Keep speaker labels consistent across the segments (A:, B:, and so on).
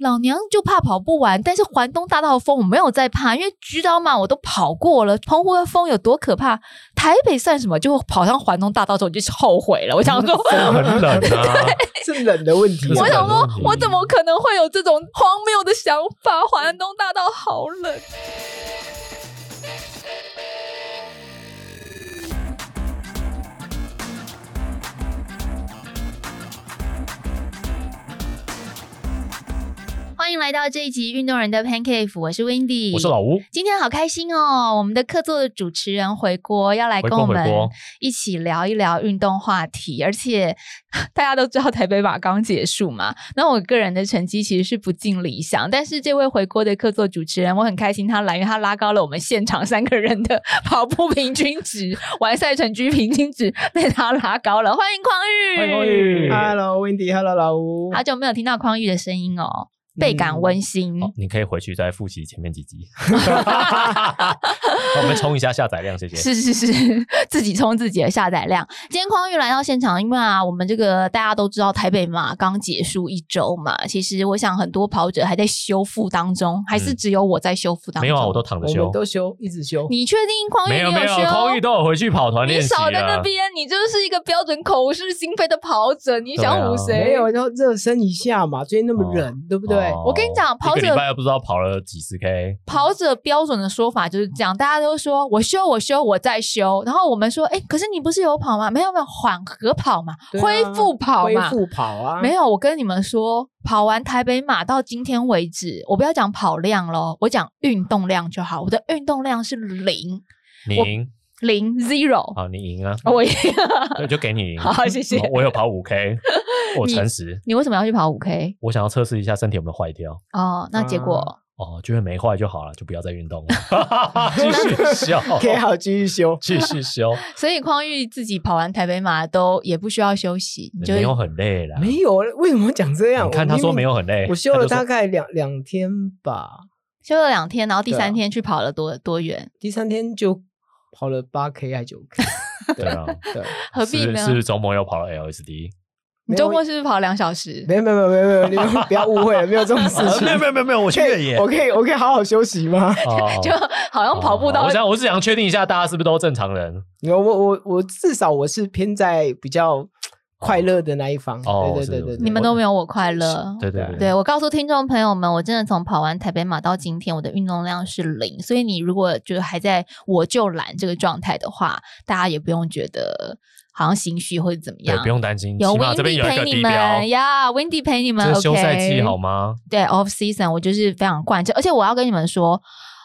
A: 老娘就怕跑不完，但是环东大道的风我没有在怕，因为菊岛马我都跑过了，澎湖的风有多可怕，台北算什么？就跑上环东大道之后你就后悔了。我想说，
B: 真的很冷啊，
C: 是冷的问题
B: 可
C: 啊。
B: 是
A: 我想说
B: 很冷，
A: 我怎么可能会有这种荒谬的想法？环东大道好冷。欢迎来到这一集《运动人的 Pancake》，我是 Wendy，
B: 我是老吴，
A: 今天好开心哦！我们的客座的主持人回国，要来
B: 回
A: 跟
B: 锅
A: 我们
B: 回锅
A: 一起聊一聊运动话题。而且 大家都知道台北马刚结束嘛，那我个人的成绩其实是不尽理想，但是这位回国的客座主持人，我很开心他来，因为他拉高了我们现场三个人的 跑步平均值，完赛成绩平均值被他拉高了。欢迎匡玉，
B: 欢迎匡玉
C: Hello Wendy，Hello 老吴，
A: 好久没有听到匡玉的声音哦，倍感
C: 嗯
A: 温馨。
B: 哦你可以回去再复习前面几集，我们冲一下下载量，谢谢。
A: 是是是， 自己冲自己的下载量。今天匡玉来到现场，因为啊，我们这个大家都知道台北马刚结束一周嘛，其实我想很多跑者还在修复当中，还是
B: 嗯
A: 只有我在修复当中。
B: 没有啊，我都躺着
C: 我
B: 休
C: 们，都修，一直修。
A: 你确定匡玉
B: 没有
A: 你
B: 没有，
A: 修？
B: 空域都有回去跑团
A: 你
B: 练习啊
A: 少在那
B: 了。
A: 边，你就是一个标准口是心非的跑者，你想唬
B: 对
A: 谁？
B: 啊
C: 没有，然后热身一下嘛，最近那么
B: 哦
C: 冷，对不对？
B: 哦
A: 我跟你讲跑者
B: 一个礼拜又不知道跑了几十 K，
A: 跑者标准的说法就是这样，大家都说我修我修我在修，然后我们说，哎，可是你不是有跑吗？没有没有，缓和跑嘛，
C: 对啊
A: 恢复跑
C: 恢
A: 嘛，
C: 复跑啊，
A: 没有，我跟你们说，跑完台北马到今天为止，我不要讲跑量咯，我讲运动量就好。我的运动量是零
B: 你赢
A: 零 zero，、
B: 好，你赢啊，
A: 我也哦
B: 对，就给你赢。哦
A: 好，谢谢。
B: 我有跑 五 K，我
A: 你
B: 诚实，
A: 你为什么要去跑五 K？
B: 我想要测试一下身体有没有坏掉。
A: 哦，那结果、
B: 哦，觉得没坏就好了，就不要再运动 了，继续笑，
C: ，OK，好，继续修。
B: 继续修，
A: 所以匡玉自己跑完台北马都也不需要休息，你 就
B: 没有很累啦。
C: 没有，为什么讲这样？
B: 你看
C: 我
B: 他
C: 明
B: 说
C: 明
B: 没有很累，
C: 我修
B: 他
C: 了
B: 就说
C: 大概两两天吧，
A: 休了两天，然后第
C: 对啊
A: 三天去跑了多多远？
C: 第三天就跑了八 K 还九 K，
B: 对啊，
C: 对，
A: 何
B: 是
A: 必呢？
B: 是不是周末又跑了 LSD？
A: 你周末是不是跑两小时？
C: 没有没有没有没有，你们不要误会了，没有这种事
B: 啊
C: 情
B: 没。有没有没有没有，我去 越野
C: 我。可以我可以好好休息吗？
B: 哦
A: 就好像跑步
B: 哦
A: 到
B: 我想我是想确定一下大家是不是都正常人
C: 我我我我至少我是偏在比较快乐的那一方。
B: 哦
C: 对
B: 是
C: 对对对，
A: 你们
C: 我。
A: 都没有我快乐。
B: 对对对
A: 对我告诉听众朋友们，我真的从跑完台北马到今天，我的运动量是零。所以你如果就是还在我就懒这个状态的话，大家也不用觉得好像心虚或者怎么
B: 对，
A: 样
B: 不。用担心，
A: 有
B: 起码这边
A: Wendy
B: 有一
A: 陪
B: 个
A: 你
B: 地标
A: 们，呀，Wendy 陪你们
B: 这是休赛季
A: OK
B: 好吗？
A: 对 off season，我就是非常贯彻，而且我要跟你们说。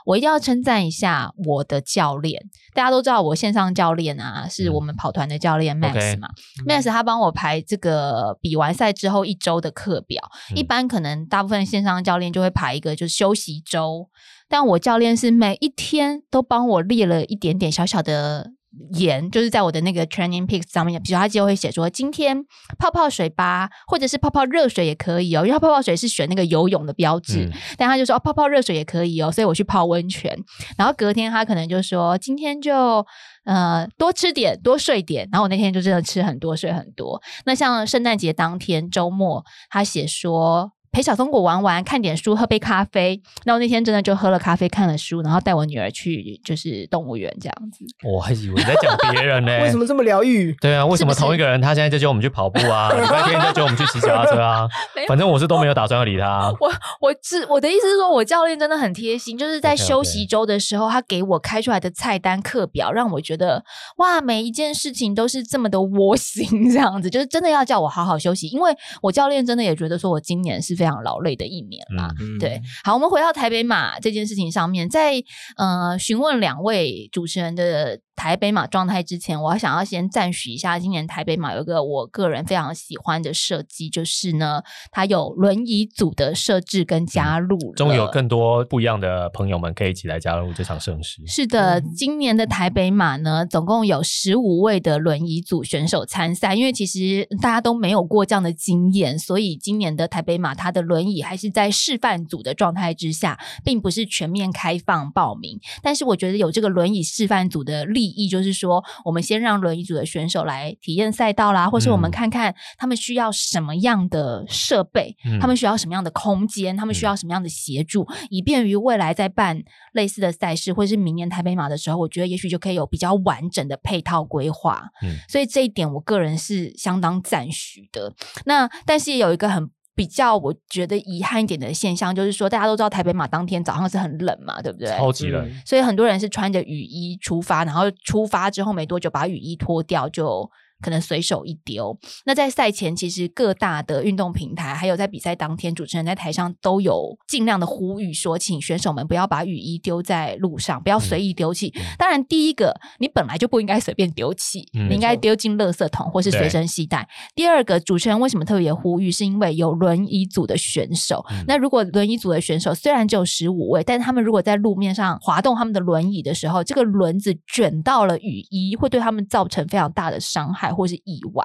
A: 我一定要称赞一下我的教练，大家都知道我线上教练啊，是
B: 嗯
A: 我们跑团的教练 Max
B: OK 嗯
A: 嘛、m a x 他帮我排这个比完赛之后一周的课表，
B: 嗯
A: 一般可能大部分线上教练就会排一个就是休息周，但我教练是每一天都帮我列了一点点小小的盐，就是在我的那个 training picks 上面，比如他就会写说今天泡泡水吧，或者是泡泡热水也可以哦，因为他泡泡水是选那个游泳的标志，
B: 嗯
A: 但他就说、哦、泡泡热水也可以哦，所以我去泡温泉，然后隔天他可能就说今天就呃多吃点多睡点，然后我那天就真的吃很多睡很多。那像圣诞节当天周末，他写说。陪小松果玩玩，看点书，喝杯咖啡。那我那天真的就喝了咖啡，看了书，然后带我女儿去就是动物园这样子。
B: 我还以为你在讲别 人呢
C: 为什么这么疗愈？
B: 对啊，为什么
A: 是不是
B: 同一个人他现在就叫我们去跑步啊，礼拜天就叫我们去骑脚踏车啊
A: 没有？
B: 反正我是都没有打算要理他。啊
A: 我是我的意思是说，我教练真的很贴心，就是在
B: OK，OK
A: 休息周的时候，他给我开出来的菜单课表，让我觉得哇，每一件事情都是这么的窝心，这 样子，就是真的要叫我好好休息，因为我教练真的也觉得说我今年是非常劳累的一年啦。
B: 嗯，
A: 对，好，我们回到台北马这件事情上面，在呃询问两位主持人的台北马状态之前，我想要先赞许一下今年台北马有一个我个人非常喜欢的设计，就是呢，它有轮椅组的设置跟加入了、
B: 终于有更多不一样的朋友们可以一起来加入这场盛世。
A: 是的，
C: 嗯
A: 今年的台北马呢，总共有十五位的轮椅组选手参赛。因为其实大家都没有过这样的经验，所以今年的台北马，它的轮椅还是在示范组的状态之下，并不是全面开放报名。但是我觉得有这个轮椅示范组的利议，就是说我们先让轮椅组的选手来体验赛道啦，或是我们
B: 嗯
A: 看看他们需要什么样的设备，
B: 嗯
A: 他们需要什么样的空间，他们需要什么样的协助，以便于未来在办类似的赛事，或是明年台北马的时候，我觉得也许就可以有比较完整的配套规划。
B: 嗯
A: 所以这一点我个人是相当赞许的。那但是也有一个很。比较我觉得遗憾一点的现象，就是说大家都知道台北马当天早上是很冷嘛，对不对？
B: 超级冷，
C: 嗯
A: 所以很多人是穿着雨衣出发，然后出发之后没多久把雨衣脱掉就。可能随手一丢。那在赛前，其实各大的运动平台，还有在比赛当天，主持人在台上都有尽量的呼吁说，请选手们不要把雨衣丢在路上，不要随意丢弃。当然，第一个，你本来就不应该随便丢弃，
B: 嗯
A: 你应该
C: 没错
A: 丢进垃圾桶或是随
B: 对
A: 身携带。第二个，主持人为什么特别呼吁，是因为有轮椅组的选手，
B: 嗯
A: 那如果轮椅组的选手虽然只有十五位，但是他们如果在路面上滑动他们的轮椅的时候，这个轮子卷到了雨衣，会对他们造成非常大的伤害或是意外。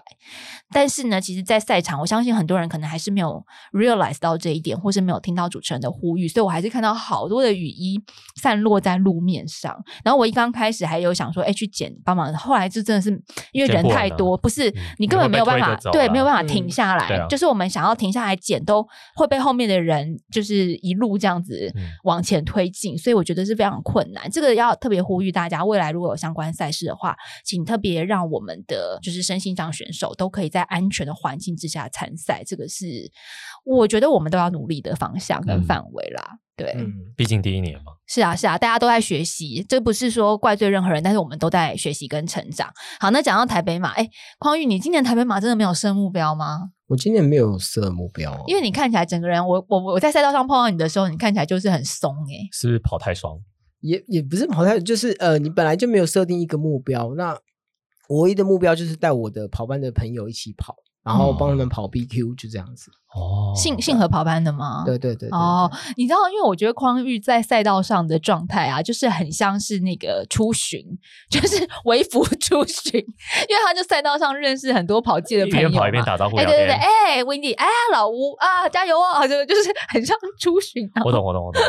A: 但是呢，其实，在赛场，我相信很多人可能还是没有 realize 到这一点，或是没有听到主持人的呼吁，所以我还是看到好多的雨衣散落在路面上。然后我一刚开始还有想说，哎，去捡帮忙，后来就真的是因为
B: 捡
A: 人
B: 不完
A: 太
B: 啊
A: 多，不是
B: 嗯
A: 你根本
B: 你会
A: 没有
B: 被
A: 办
B: 推
A: 法
B: 着走，
A: 对，
B: 啦
A: 没有办法
C: 嗯
A: 停下来。
B: 对啊
A: 就是我们想要停下来捡，都会被后面的人就是一路这样子
B: 嗯
A: 往前推进，所以我觉得是非常困难。这个要特别呼吁大家，未来如果有相关赛事的话，请特别让我们的就是身心障选手都可以在安全的环境之下参赛，这个是我觉得我们都要努力的方向跟
B: 嗯
A: 范围啦。对，
C: 嗯，
B: 毕竟第一年嘛，
A: 是啊，是啊，大家都在学习，这不是说怪罪任何人，但是我们都在学习跟成长。好，那讲到台北马，哎，匡玉，你今年台北马真的没有设目标吗？
C: 我今年没有设目标啊，
A: 因为你看起来整个人，我我我在赛道上碰到你的时候，你看起来就是很松哎、
B: 是不是跑太爽？
C: 也也不是跑太，就是呃，你本来就没有设定一个目标。那我唯一的目标就是带我的跑班的朋友一起跑，然后帮他
B: 嗯
C: 们跑 BQ，就这样子。
B: 哦，
A: 信信和跑班的吗？
C: 对对对对
A: 哦，你知道，因为我觉得匡玉在赛道上的状态啊，就是很像是那个出巡，
B: 嗯
A: 就是微服出巡，因为他就赛道上认识很多跑界的
B: 一
A: 朋友
B: 边
A: 嘛。
B: 跑一边打招呼
A: 哎，
B: 聊
A: 对对对，
B: 天。
A: 哎，Windy，哎，老吴啊，加油哦！ 这个就是很像出巡啊。
B: 我懂，我懂，我懂。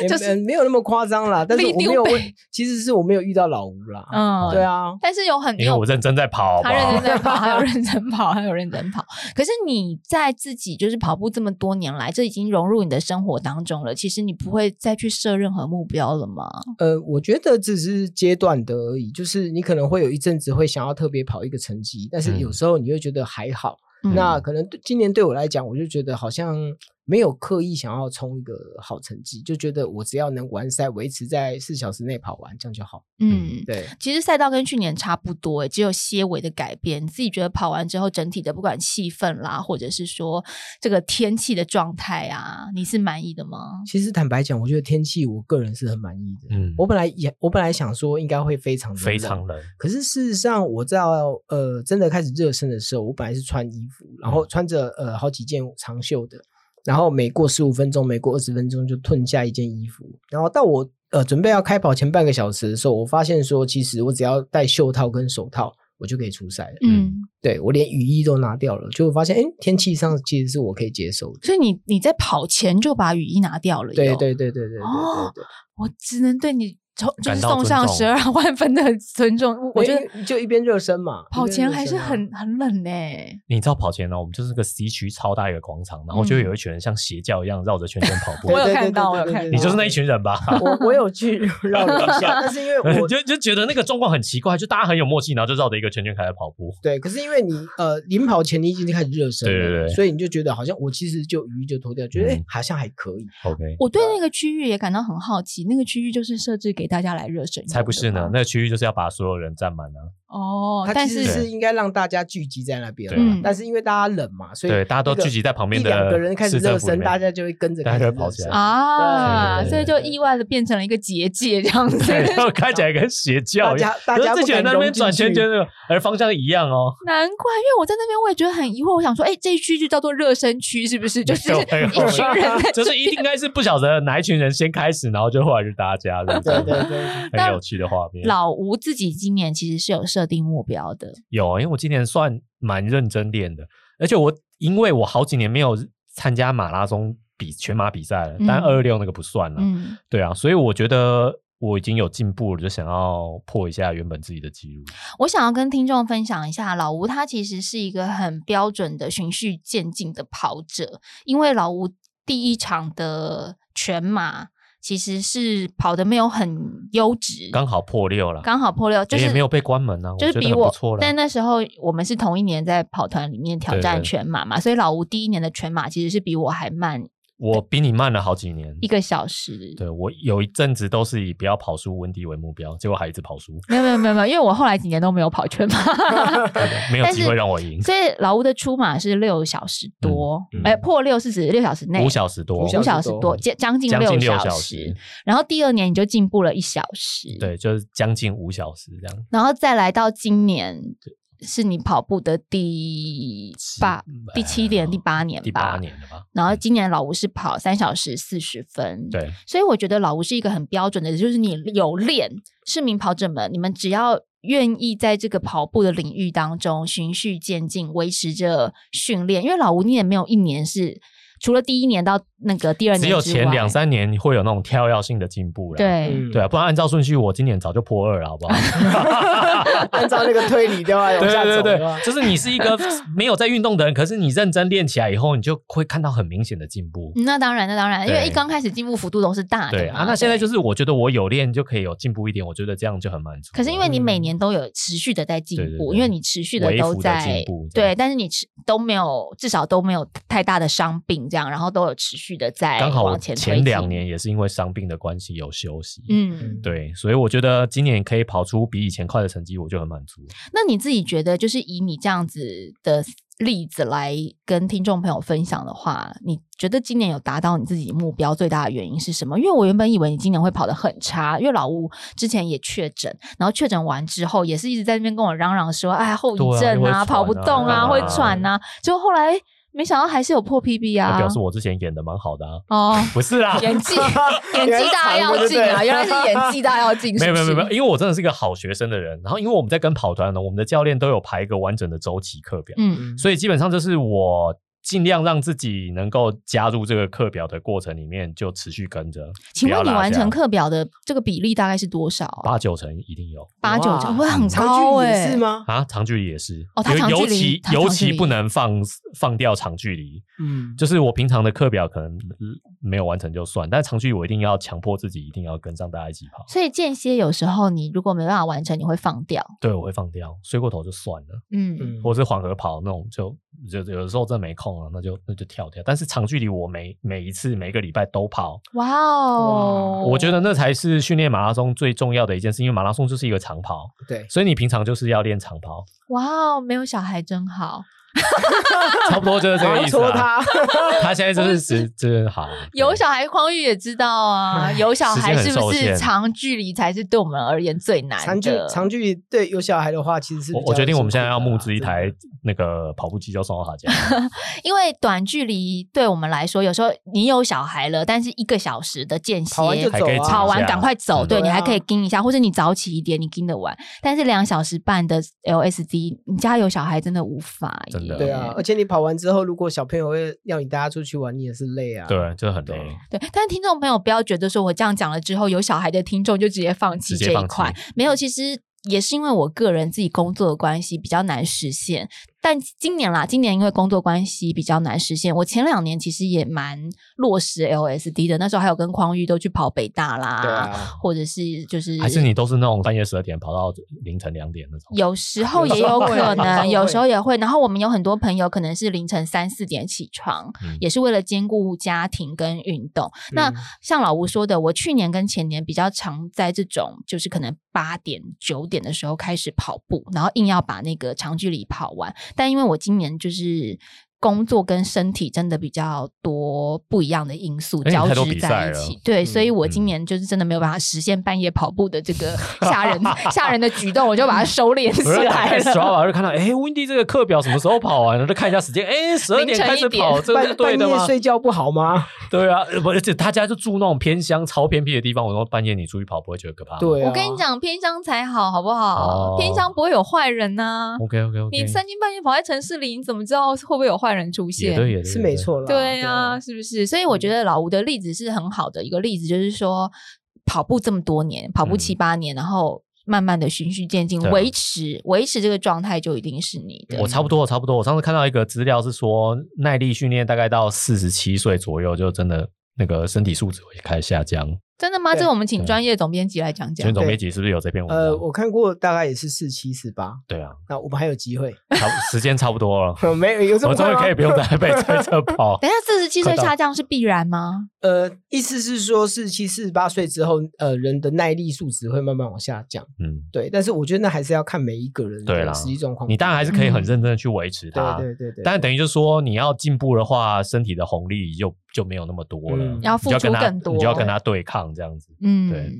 C: 也
A: 就是
C: 没没有那么夸张啦，但是
A: 立
C: 我没
A: 丢
C: 有
A: 背
C: 问，其实是我没有遇到老吴啦。
A: 嗯，
C: 对。啊，
A: 但是有很
B: 因为我认真在跑，好不
A: 他认
B: 好
A: 真？在跑，还有认真跑， 还有认真跑。可是你在自己就是跑步这么多年来，这已经融入你的生活当中了。其实你不会再去设任何目标了吗？
C: 呃，我觉得只是阶段的而已，就是你可能会有一阵子会想要特别跑一个成绩，但是有
B: 嗯
C: 时候你会觉得还好。
A: 嗯
C: 那可能对今年对我来讲，我就觉得好像没有刻意想要冲一个好成绩，就觉得我只要能完赛，维持在四小时内跑完，这样就好。
A: 嗯。
C: 对，
A: 其实赛道跟去年差不多，欸只有些微的改变。你自己觉得跑完之后，整体的不管气氛啦，或者是说这个天气的状态啊，你是满意的吗？
C: 其实坦白讲，我觉得天气我个人是很满意的。
B: 嗯，
C: 我本来也我本来想说应该会非常的
B: 非
C: 冷
B: 常冷，
C: 可是事实上，我在呃真的开始热身的时候，我本来是穿衣服，然
A: 嗯
C: 后穿着呃好几件长袖的，然后每过十五分钟，每过二十分钟就褪下一件衣服，然后到我呃准备要开跑前半个小时的时候，我发现说，其实我只要戴袖套跟手套，我就可以出赛了。
A: 嗯
B: 嗯，
C: 对我连雨衣都拿掉了，就我发现，哎，天气上其实是我可以接受的。
A: 所以你你在跑前就把雨衣拿掉了，
C: 对。对对对对对对
A: 哦
C: 对，
A: 我只能对你从就
B: 感
A: 是
B: 到
A: 送上十
B: 尊
A: 二万分的尊重。我我觉得
C: 因为就一边热身嘛，
A: 跑
C: 一边
A: 前
C: 热
A: 还
C: 身
A: 是
C: 啊
A: 很很冷呢、
B: 你知道跑前呢，我们就是个 C 区超大一个广场，然后就
A: 嗯
B: 会有一群人像邪教一样绕着圈圈跑步
C: 对。
A: 我有
C: 对对
A: 看
C: 对
A: 到
C: 对
A: 我有
C: 对
A: 看
C: 对
A: 到
B: 你就是那一
C: 对
B: 群人 吧？
C: 我我有去绕了一下， 但是因为我
B: 就就觉得那个状况很奇怪，就大家很有默契，然后就绕着一个圈圈开始 跑步。
C: 对，可是因为你呃临跑前你已经开始热身了，
B: 对对对
C: 所以你就觉得好像我其实就雨衣就脱掉，觉得哎、
B: 嗯
C: 好像还可以。
B: OK，
A: 我对那个区域也感到很好奇，那个区域就是设置给大家来热身用的吗，
B: 才不是呢，那个区域就是要把所有人占满啊。
A: 哦，
C: 它
A: 但
C: 其实
A: 是
C: 是应该让大家聚集在那边
B: 对啊
C: 嘛
A: 嗯，
C: 但是因为大家冷嘛，所以
B: 对，大家都
C: 那个
B: 聚集在旁边
C: 一
B: 的
C: 两个人开始
B: 市政
C: 热
B: 府里
C: 身，
B: 面
C: 大家就会跟着
B: 大家
C: 开始
B: 就会跑
C: 热
B: 起来
C: 身
A: 啊，
B: 对
A: 所以
B: 对对
A: 就
C: 对对
A: 意外的变成了一个结界这样子。
B: 对，然后看起来跟邪教
C: 大
B: 一样。
C: 家大家
B: 可是
C: 不
B: 这些
C: 敢
B: 人在那
C: 融
B: 边
C: 进
B: 转
C: 去
B: 圈，圈，而方向一样 哦。
A: 难怪，因为我在那边我也觉得很疑惑，我想说，哎、这一区就叫做热身区，是不是？就是
B: 没有
A: 一
B: 没有
A: 群人在
B: 就是一定该是不晓得哪一群人先开始，然后就后来就大家加入，
C: 对对 对，
B: 很有趣的画面。
A: 老吴自己今年其实是有设定目标的，
B: 有啊，因为我今年算蛮认真练的，而且我因为我好几年没有参加马拉松比全马比赛了，但
A: 嗯
B: 二六那个不算了，
A: 嗯，
B: 对啊，所以我觉得我已经有进步了，就想要破一下原本自己的记录。
A: 我想要跟听众分享一下，老吴他其实是一个很标准的循序渐进的跑者，因为老吴第一场的全马其实是跑的没有很优质，
B: 刚好破六了，
A: 刚好破六，就是
B: 也没有被关门啊，
A: 就是
B: 觉得
A: 比
B: 很
A: 我
B: 不错了。
A: 但那时候我们是同一年在跑团里面挑
B: 对
A: 战
B: 对
A: 全马嘛，所以老吴第一年的全马其实是比我还慢
B: 我比你慢了好几年
A: 一。个小时。
B: 嗯对我有一阵子都是以不要跑输温迪为目标，结果还一直 跑输，
A: 没有没有没有没有，因为我后来几年都没有跑全 马，
B: 没有
A: 但
B: 机
A: 是
B: 会让我赢。
A: 所以老吴的出马是六小时多，哎、
B: 嗯嗯
A: 破六是指六小时内，
B: 五小时多，
C: 五
A: 五
C: 小
A: 小
C: 时
A: 时
C: 多
A: 多，将将近
B: 将
A: 六
B: 近六
A: 小
B: 时
A: 时。，然后第二年你就进步了一小时，。
B: 对，就是将近五小时这样。
A: 然后再来到今年，是你跑步的第八、
B: 呃
A: 第七年、第八年吧？
B: 第八。年了吧？
A: 然后今年老吴是跑三小时四十分，。
B: 对，
A: 所以我觉得老吴是一个很标准的，就是你有练，市民跑者们，你们只要愿意在这个跑步的领域当中循序渐进，维持着训练。因为老吴你也没有一年是除了第一年到那个第二年
B: 只
A: 之
B: 有
A: 外，
B: 前两三年会有那种跳跃性的进步了。。
A: 对。
C: 嗯
B: 对啊，不然按照顺序，我今年早就破二 了，好不好？
C: 按照那个推理 的话，往
B: 对
C: 下
B: 对
C: 走
B: 对
C: 的话
B: 对，，就是你是一个没有在运动的人，可是你认真练起来以后，你就会看到很明显的进步。
A: 那当然，那当然，因为
B: 对
A: 一刚开始进步幅度都是大的
B: 对
A: 嘛
B: 啊，那现在
A: 对
B: 就是我觉得我有练就可以有进步一点，我觉得这样就很满足了。
A: 可是因为你每
C: 嗯
A: 年都有持续的在进
B: 对对
A: 步，
B: 对
A: 因为你持续的
B: 微
A: 都
B: 幅地
A: 在
B: 进步这样
A: 对，但是你持都没有至少都没有太大的伤病，这样，然后都有持续的在
B: 刚好我
A: 往前推
B: 前两
A: 进
B: 年，也是因为伤病的关系有休息，
A: 嗯，
B: 对，所以我觉得今年可以跑出比以前快的成绩，我就很满足。
A: 那你自己觉得，就是以你这样子的例子来跟听众朋友分享的话，你觉得今年有达到你自己目标最大的原因是什么？因为我原本以为你今年会跑得很差，因为老吴之前也确诊，然后确诊完之后也是一直在那边跟我嚷嚷说，哎，后遗
B: 对啊
A: 症
B: 又会
A: 啊，
B: 喘啊
A: 跑不动
B: 干
A: 啊，
B: 嘛
A: 会喘 啊，结果后来没想到还是有破 PB
B: 那
A: 啊
B: 表，示我之前演的蛮好的啊，
A: 哦，
B: 不是啦，
A: 演技
C: 嗯
A: 演技大要进啊，原来是演技大要进，
B: 没有没有
A: 是
B: 没有
A: 不是
B: 没有，因为我真的是一个好学生的人。然后因为我们在跟跑团呢，我们的教练都有排一个完整的周期课表，
A: 嗯。
C: 嗯
B: 所以基本上就是我尽量让自己能够加入这个课表的过程里面，就持续跟着。
A: 请问你完成
B: 课
A: 课表的这个比例大概是多少啊？
B: 八九成一定有
A: 八九成
C: 哇
A: 会很
C: 长
A: 高
C: 距离
A: 哎、
C: 是吗？
B: 啊，长距离也是
A: 哦他长距
B: 尤尤
A: 离
B: 其
A: 他长距离
B: 尤其不能放放掉长距离，
C: 嗯，
B: 就是我平常的课表可能嗯没有完成就算，但长距离我一定要强迫自己，一定要跟上大家一起跑。
A: 所以间歇有时候你如果没办法完成，你会放掉。
B: 对，我会放掉，睡过头就算了。
A: 嗯，
B: 或者是缓和跑那种就，就有的时候真的没空了，那就那就跳跳。但是长距离我每每一次每个礼拜都跑，
A: 哇哦，
B: 我觉
A: 得
B: 得那才是训练马拉松最重要的一件事，因为马拉松就是一个长跑，
C: 对，
B: 所以你平常就是要练长跑，
A: 哇哦，没有小孩真好，
B: 差不多就是这
C: 然
B: 个
C: 后
B: 意 思啊
C: 戳
B: 啦。
C: 他，
B: 他现在就是只只好
A: 有
B: 对
A: 小孩匡玉也知道啊，有小孩
B: 时间很
A: 是不
B: 受
A: 是
B: 限
A: 长距离才是对我们而言最难的？
C: 长距长距离对有小孩的话，其实是
B: 我
C: 比较
B: 我决定我们现在
C: 辛苦
B: 要
C: 的啦啊
B: 募资一台
C: 真的
B: 那个跑步机，就送到他 家。
A: 因为短距离对我们来说，有时候你有小孩了，但是一个小时的间歇
C: 跑完就
B: 还可
C: 走
B: 以
C: 啊，
B: 走
A: 跑完
B: 一下
A: 赶快走，
B: 嗯
A: 对你
C: 对啊
A: 还可以盯一下，或者你早起一点，你盯得完。但是两小时半的 LSD，你家有小孩真的无法耶，
B: 真的
C: 对
A: 嗯
C: 啊，而且你跑完之后，如果小朋友会要你带他出去玩，你也是累啊。
B: 对，就是很累
C: 对，
A: 对，但是听众朋友不要觉得说我这样讲了之后，有小孩的听众就直接放弃
B: 直接
A: 这一
B: 放
A: 块，没有，其实也是因为我个人自己工作的关系比较难实现。但今年啦，今年因为工作关系比较难实现，我前两年其实也蛮落实 LSD 的，那时候还有跟匡玉都去跑北大啦，
C: 对啊，
A: 或者是就是
B: 还是你都是那种半夜十二点跑到凌晨两点那种。
A: 有时候
C: 有
A: 也
C: 时候
A: 有
C: 会
A: 可
C: 有时候
A: 能，
C: 会
A: 有时候也会。然后我们有很多朋友可能是凌晨三四点起床，
B: 嗯
A: 也是为了兼顾家庭跟运动。那
C: 嗯
A: 像老吴说的，我去年跟前年比较常在这种就是可能八点九点的时候开始跑步，然后硬要把那个长距离跑完。但因为我今年就是。工作跟身体真的比较多不一样的因素
B: 哎你
A: 交
B: 太多
A: 织
B: 比
A: 在
B: 赛
A: 一
B: 了
A: 起，对，所以我今
B: 嗯
A: 年就是真的没有办法实现半夜跑步的这 个吓人吓人的举动，我就把它收敛起
B: 我就打
A: 来
B: 开 s t r a
A: 了。
B: v 就看到，哎、温迪这个课表什么时候跑啊完了？就看一下时间，哎、十二
A: 凌
B: 点
A: 晨
B: 开
A: 一
B: 始
A: 点
B: 跑，这个是
C: 半
B: 对
C: 半
B: 的
C: 夜
B: 吗？
C: 睡觉不好吗？
B: 对啊，呃不，而且他家就住那种偏乡、超偏僻的地方。我说半夜你出去跑不会觉得可怕吗？
C: 对啊，
A: 我跟你讲，偏乡才好，好不好？
B: 哦
A: 偏乡不会有坏人啊呐、
B: ，OK
C: 啊
B: OK OK，
A: 你三更半夜跑在城市里，你怎么知道会不会有坏人出
B: 也
A: 现？啊
B: 对，也对啊嗯
C: 是没。错啦。
A: 对啊，是不是？所以我觉得老吴的例子是很好的一个例子，就是说。跑步这么多年，跑步
B: 嗯
A: 七八年，然后慢慢的循序渐进，
B: 对啊
A: 维持维持这个状态就一定是你的。
B: 我差不多，我差不多。我上次看到一个资料是说，耐力训练大概到四十七岁左右，就真的那个身体素质会开始下降。
A: 真的吗？
C: 对
A: 这我们请
B: 对
A: 专业总编辑来讲
B: 全
A: 讲。
B: 总编辑是不是有这篇文章？
C: 呃，我看过大概也是四七四八，
B: 对啊，
C: 那我们还有机会，
B: 差不时间差不多了，
C: 没有有这
B: 我
C: 么
B: 终
C: 快
B: 于
C: 吗
B: 可以不用再被推 车跑。
A: 等一下，四十七岁
B: 快到
A: 下降是必然吗？
C: 呃，意思是说四七四八岁之后，呃，人的耐力素质会慢慢往下降。
B: 嗯，
C: 对，但是我觉得那还是要看每一个人
B: 对
C: 的
B: 啦
C: 实际状况。嗯
B: 你当然还是可以很认真的去维持它，
C: 对对对对，
B: 但是等于就是说，你要进步的话，身体的红利就就没有那么多了，
C: 嗯
B: 你
A: 要
B: 就
A: 付出
B: 跟它
A: 更多
B: 你就要跟它对抗这样子。对
A: 嗯。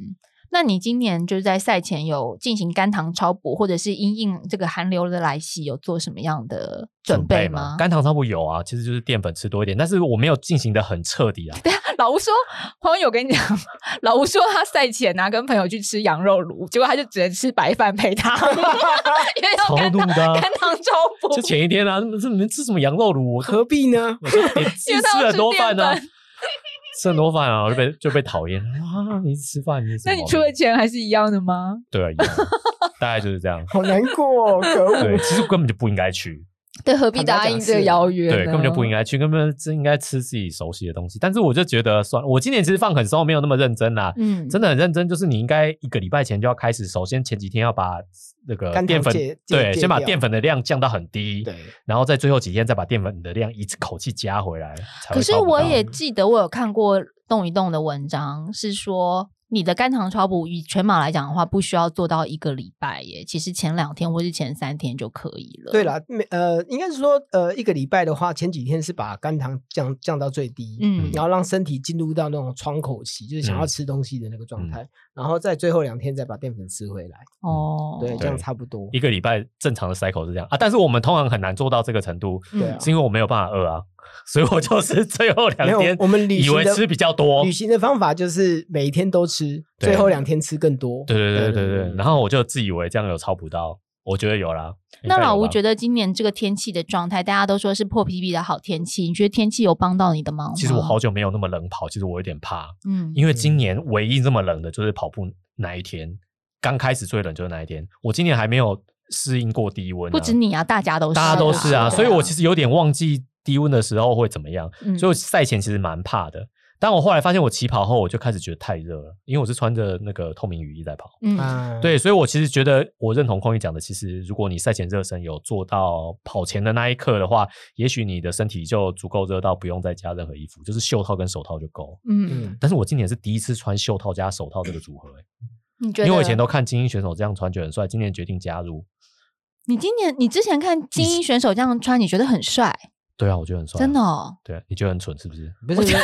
A: 那你今年就是在赛前有进行肝糖超补，或者是因应这个寒流的来袭，有做什么样的准备吗？
B: 肝糖超不有啊，其实就是淀粉吃多一点，但是我没有进行的很彻底啊。
A: 对啊，老吴说，朋友跟你讲，老吴说他赛前啊跟朋友去吃羊肉炉，结果他就只能吃白饭配汤， 因为要
B: 超
A: 肝
B: 怒
A: 糖
B: 的啊、
A: 肝糖超补
B: 就。前一天啊，这你们吃什么羊肉炉？我
C: 何必呢？
B: 我就点吃
A: 因为他
B: 吃
A: 要
B: 很多饭呢、啊
A: 吃淀，
B: 吃很多饭啊，我就被就被讨厌啊！你吃饭你
A: 那你出的钱还是一样的吗？
B: 对啊，一样大概就是这样。
C: 好难过、哦，可恶！
B: 对，其实根本就不应 该去，
A: 对，何必
C: 坦白
A: 答应
C: 讲
A: 这个
C: 是
A: 邀约呢？
B: 对，根本就不应该去，根本真应该吃自己熟悉的东西。但是我就觉得算，了，我今年其实放很松，没有那么认真啦。
A: 嗯，
B: 真的很认真，就是你应该一个礼拜前就要开始，首先前几天要把那个
C: 肝糖
B: 淀粉
C: 戒戒
B: 对，
C: 戒
B: 先把
C: 掉
B: 淀粉的量降到很低，
C: 对，
B: 然后在最后几天再把淀粉的量一口气加回来。才会
A: 可是
B: 超不
A: 我
B: 到
A: 也记得我有看过动一动的文章，是说你的肝糖超补以全马来讲的话，不需要做到一个礼拜耶，其实前两天或是前三天就可以了。
C: 对，啦，每呃，应该是说，呃，一个礼拜的话，前几天是把肝糖降降到最低，
A: 嗯
C: 然后让身体进入到那种窗口期，就是想要吃东西的那个状
B: 嗯
C: 态，然后在最后两天再把淀粉吃回来，
A: 哦，
C: 对，这样
B: 对
C: 差不多。
B: 一个礼拜正常的 cycle 是这样啊，但是我们通常很难做到这个程度，
A: 嗯
C: 对啊
B: 是因为我没有办法饿啊， 所以我 就是最后
C: 没
B: 两
C: 有
B: 天，
C: 我们旅
B: 以
C: 行
B: 为
C: 的
B: 吃比较多
C: 旅，行的方法就是每一天都吃，
B: 对
C: 最后两天吃更多。
B: 对对对对
C: 嗯
B: 对，然后我就自以为这样有超补到，我觉得有啦。
A: 那老吴觉
B: 得，
A: 得今年这个天气的状态，大家都说是破 PB 的好天气，你觉得天气有帮到你的忙吗？
B: 其实
C: 嗯
B: 我好久没有那么冷跑，其实我有点怕，
A: 嗯，
B: 因为今年唯一这么冷的就是跑步那一天，刚开始最冷就是那一天，我今年还没有适应过低温、啊，
A: 不止你啊，大家都是，
B: 大家都是啊，
C: 对啊
B: 所以我其实有点忘记低温的时候会怎么样。
A: 实
B: 所以我赛前其实蛮怕的。但我后来发现，我起跑后我就开始觉得太热了，因为我是穿着那个透明雨衣在跑。
A: 嗯嗯
C: 啊，
B: 对，所以我其实觉得，我认同空宇讲的，其实如果你赛前热身有做到跑前的那一刻的话，也许你的身体就足够热到不用再加任何衣服，就是袖套跟手套就够。
A: 嗯，
C: 嗯，
B: 但是我今年是第一次穿袖套加手套这个组合、欸，
A: 你觉得？
B: 因为我以前都看精英选手这样穿觉得很帅，今年决定加入。
A: 你今年你之前看精英选手这样穿，你觉得很帅，
B: 对啊，我觉得很帅啊、
A: 真的哦。
B: 对啊，你觉得很蠢是不是？
C: 不是，不是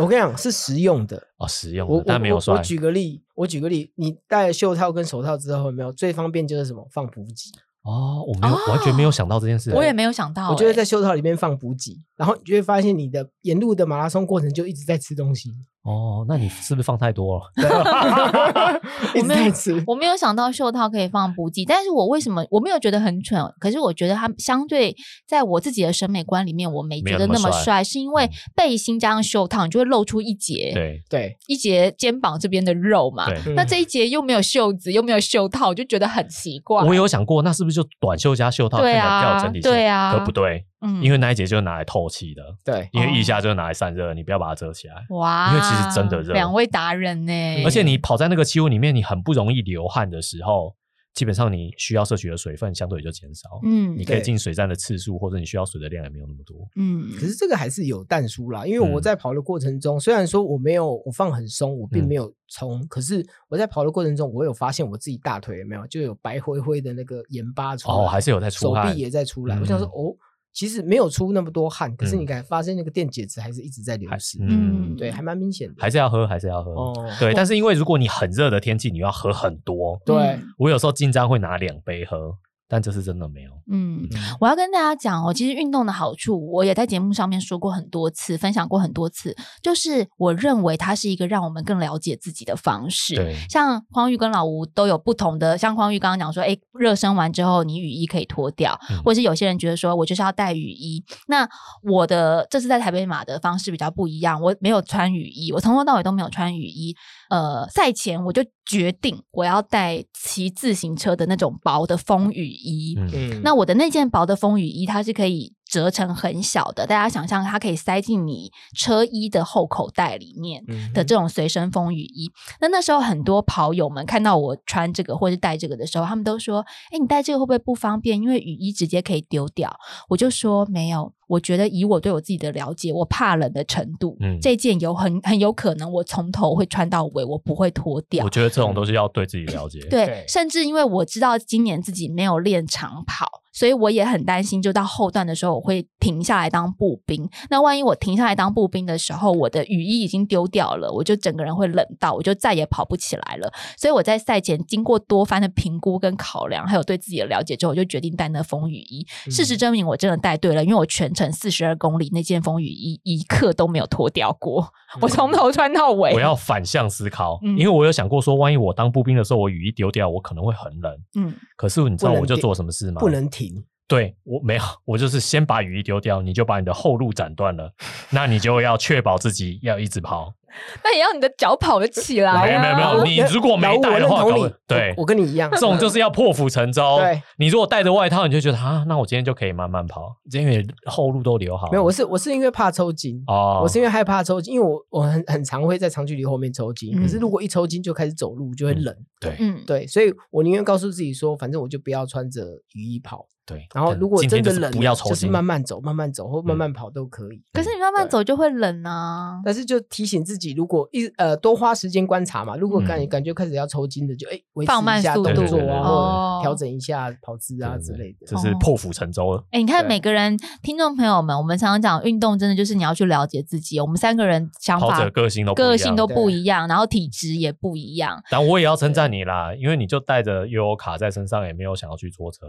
C: 我跟你讲是实用的。
B: 哦，实用
C: 我
B: 的
C: 我，
B: 但没有
C: 我
B: 帅。
C: 我举个例，我举个例，你戴了袖套跟手套之后，有没有最方便就是什么放补给？
B: 哦，我没有，完全没有想到这件事、
A: 我也没有想到
B: 哦
A: 欸、
C: 我就会在袖套里面放补给，然后你就会发现你的沿路的马拉松过程就一直在吃 东西，
B: 哦，那你是不是放太多了？
C: 一直
A: 没有
C: 在吃。
A: 我没有想到袖套可以放补给，但是我为什么我没有觉得很蠢？可是我觉得它相对在我自己的审美观里面，我没觉
B: 没有
A: 得
B: 那
A: 那
B: 么
A: 么
B: 帅
A: 帅，是因为背心加上袖套，你就会露出一截
B: 对
C: 对，
A: 一截肩膀这边的肉嘛。
B: 对，
A: 那
C: 嗯
A: 这一节又没有袖子，又没有袖套，我就觉得很奇怪。
B: 我有想过，那是不是就短袖加袖套看
A: 对
B: 起来
A: 啊
B: 比较有整体性？
A: 对啊
B: 可不对，
A: 嗯
B: 因为那一节就是拿来透气的，
C: 对，
B: 因为
A: 哦
B: 腋下就是拿来散热，你不要把它遮起来。
A: 哇，
B: 因为其实真的热
A: 两位达人呢、
B: 而且你跑在那个气温里面，你很不容易流汗的时候，基本上你需要摄取的水分相对就减少，
A: 嗯
B: 你可以
C: 对
B: 进水站的次数或者你需要水的量也没有那么多。
A: 嗯，
C: 可是这个还是有淡出啦，因为我
B: 嗯
C: 在跑的过程中，虽然说我没有我放很松，我并
B: 嗯
C: 没有冲，可是我在跑的过程中，我有发现我自己大腿有没有就有白灰灰的那个盐巴出来，
B: 哦，还是有在出
C: 手
B: 汗嗯
C: 臂，也在出来。我想说，哦，其实没有出那么多汗，可是你敢发现那个电解质还是一直在流
B: 还
C: 失，
A: 嗯
B: 嗯，
C: 对，还蛮明显的。
B: 还是要喝，还是要喝。
C: 哦，
B: 对，但是因为如果你很热的天气，你要喝很多。
C: 对
A: 嗯
B: 我有时候进站会拿两杯喝，但这次真的没有。
A: 嗯，我要跟大家讲哦，其实运动的好处，我也在节目上面说过很多次，分享过很多次，就是我认为它是一个让我们更了解自己的方式。
B: 对，
A: 像匡玉跟老吴都有不同的，像匡玉刚刚讲说，哎，热身完之后你雨衣可以脱掉，
B: 嗯
A: 或者是有些人觉得说我就是要带雨衣。那我的这次在台北马的方式比较不一样，我没有穿雨衣，我从头到尾都没有穿雨衣。呃，赛前我就决定我要带骑自行车的那种薄的风雨衣，
B: 嗯
C: 嗯
A: 那我的那件薄的风雨衣，它是可以折成很小的，大家想象它可以塞进你车衣的后口袋里面。
C: 嗯
A: 的这种随身风雨衣，那那时候很多跑友们看到我穿这个或是带这个的时候，他们都说：“哎，你带这个会不会不方便？因为雨衣直接可以丢掉。”我就说：“没有，我觉得以我对我自己的了解，我怕冷的程度，
B: 嗯
A: 这件有很很有可能我从头会穿到尾，我不会脱掉。”
B: 我觉得这种都是要对自己了解。
A: 对
C: 对，
A: 甚至因为我知道今年自己没有练长跑，所以我也很担心，就到后段的时候我会停下来当步兵。那万一我停下来当步兵的时候，我的雨衣已经丢掉了，我就整个人会冷到，我就再也跑不起来了。所以我在赛前经过多番的评估跟考量，还有对自己的了解之后，我就决定带那风雨衣。事
B: 嗯
A: 实证明，我真的带对了，因为我全程四十二公里那件风雨衣一刻都没有脱掉过，我从头穿到尾。
B: 嗯我要反向思考，
A: 嗯
B: 因为我有想过说，万一我当步兵的时候，我雨衣丢掉，我可能会很冷。
A: 嗯，
B: 可是你知道
C: 不能
B: 我就
C: 丢
B: 做什么事吗？
C: 不能停，
B: 对我没有，我就是先把雨衣丢掉，你就把你的后路斩断了，那你就要确保自己要一直跑。
A: 那也要你的脚跑得起来、啊。
B: 没有没有没有你如果没
C: 老吴
B: 带
C: 我
B: 的
C: 认
B: 话
C: 同
B: 搞
C: 你
B: 不对
C: 我我跟你一样，
B: 这种就是要破釜沉舟。
C: 对，
B: 你如果带着外套，你就觉得啊，那我今天就可以慢慢跑，因为后路都留好了。
C: 没有，我是我是因为怕抽筋。
B: 哦，
C: 我是因为害怕抽筋，因为我我很很常会在长距离后面抽筋，
A: 嗯
C: 可是如果一抽筋就开始走路就会冷，
B: 对
A: 嗯，
C: 对，所以我宁愿告诉自己说，反正我就不要穿着雨衣跑，
B: 对，
C: 然后如果
B: 今
C: 真
B: 天
C: 的
B: 就是
C: 冷了，
B: 不要抽
C: 就是
B: 筋，嗯
C: 慢慢走，慢慢走或慢慢跑都可以。
A: 可是你慢慢
C: 对
A: 走就会冷啊。
C: 但是就提醒自己，如果一呃多花时间观察嘛，如果感
B: 嗯
C: 感觉开始要抽筋的，就哎维持
A: 放慢
C: 一下
A: 速哦
C: 动
B: 度
C: 作
B: 对对对
C: 啊，
A: 对
C: 或者调整一下跑姿啊之类的
B: 这。是破釜沉舟了。
A: 哎、你看
C: 对
A: 每个人，听众朋友们，我们常常讲运动，真的就是你要去了解自己。我们三个人想
B: 跑
A: 法
B: 者、个性都不一样
A: 个性都不
C: 对
A: 一样，然后体质也不一样。
B: 但我也要称赞你啦，因为你就带着悠悠卡在身上，也没有想要去坐 车，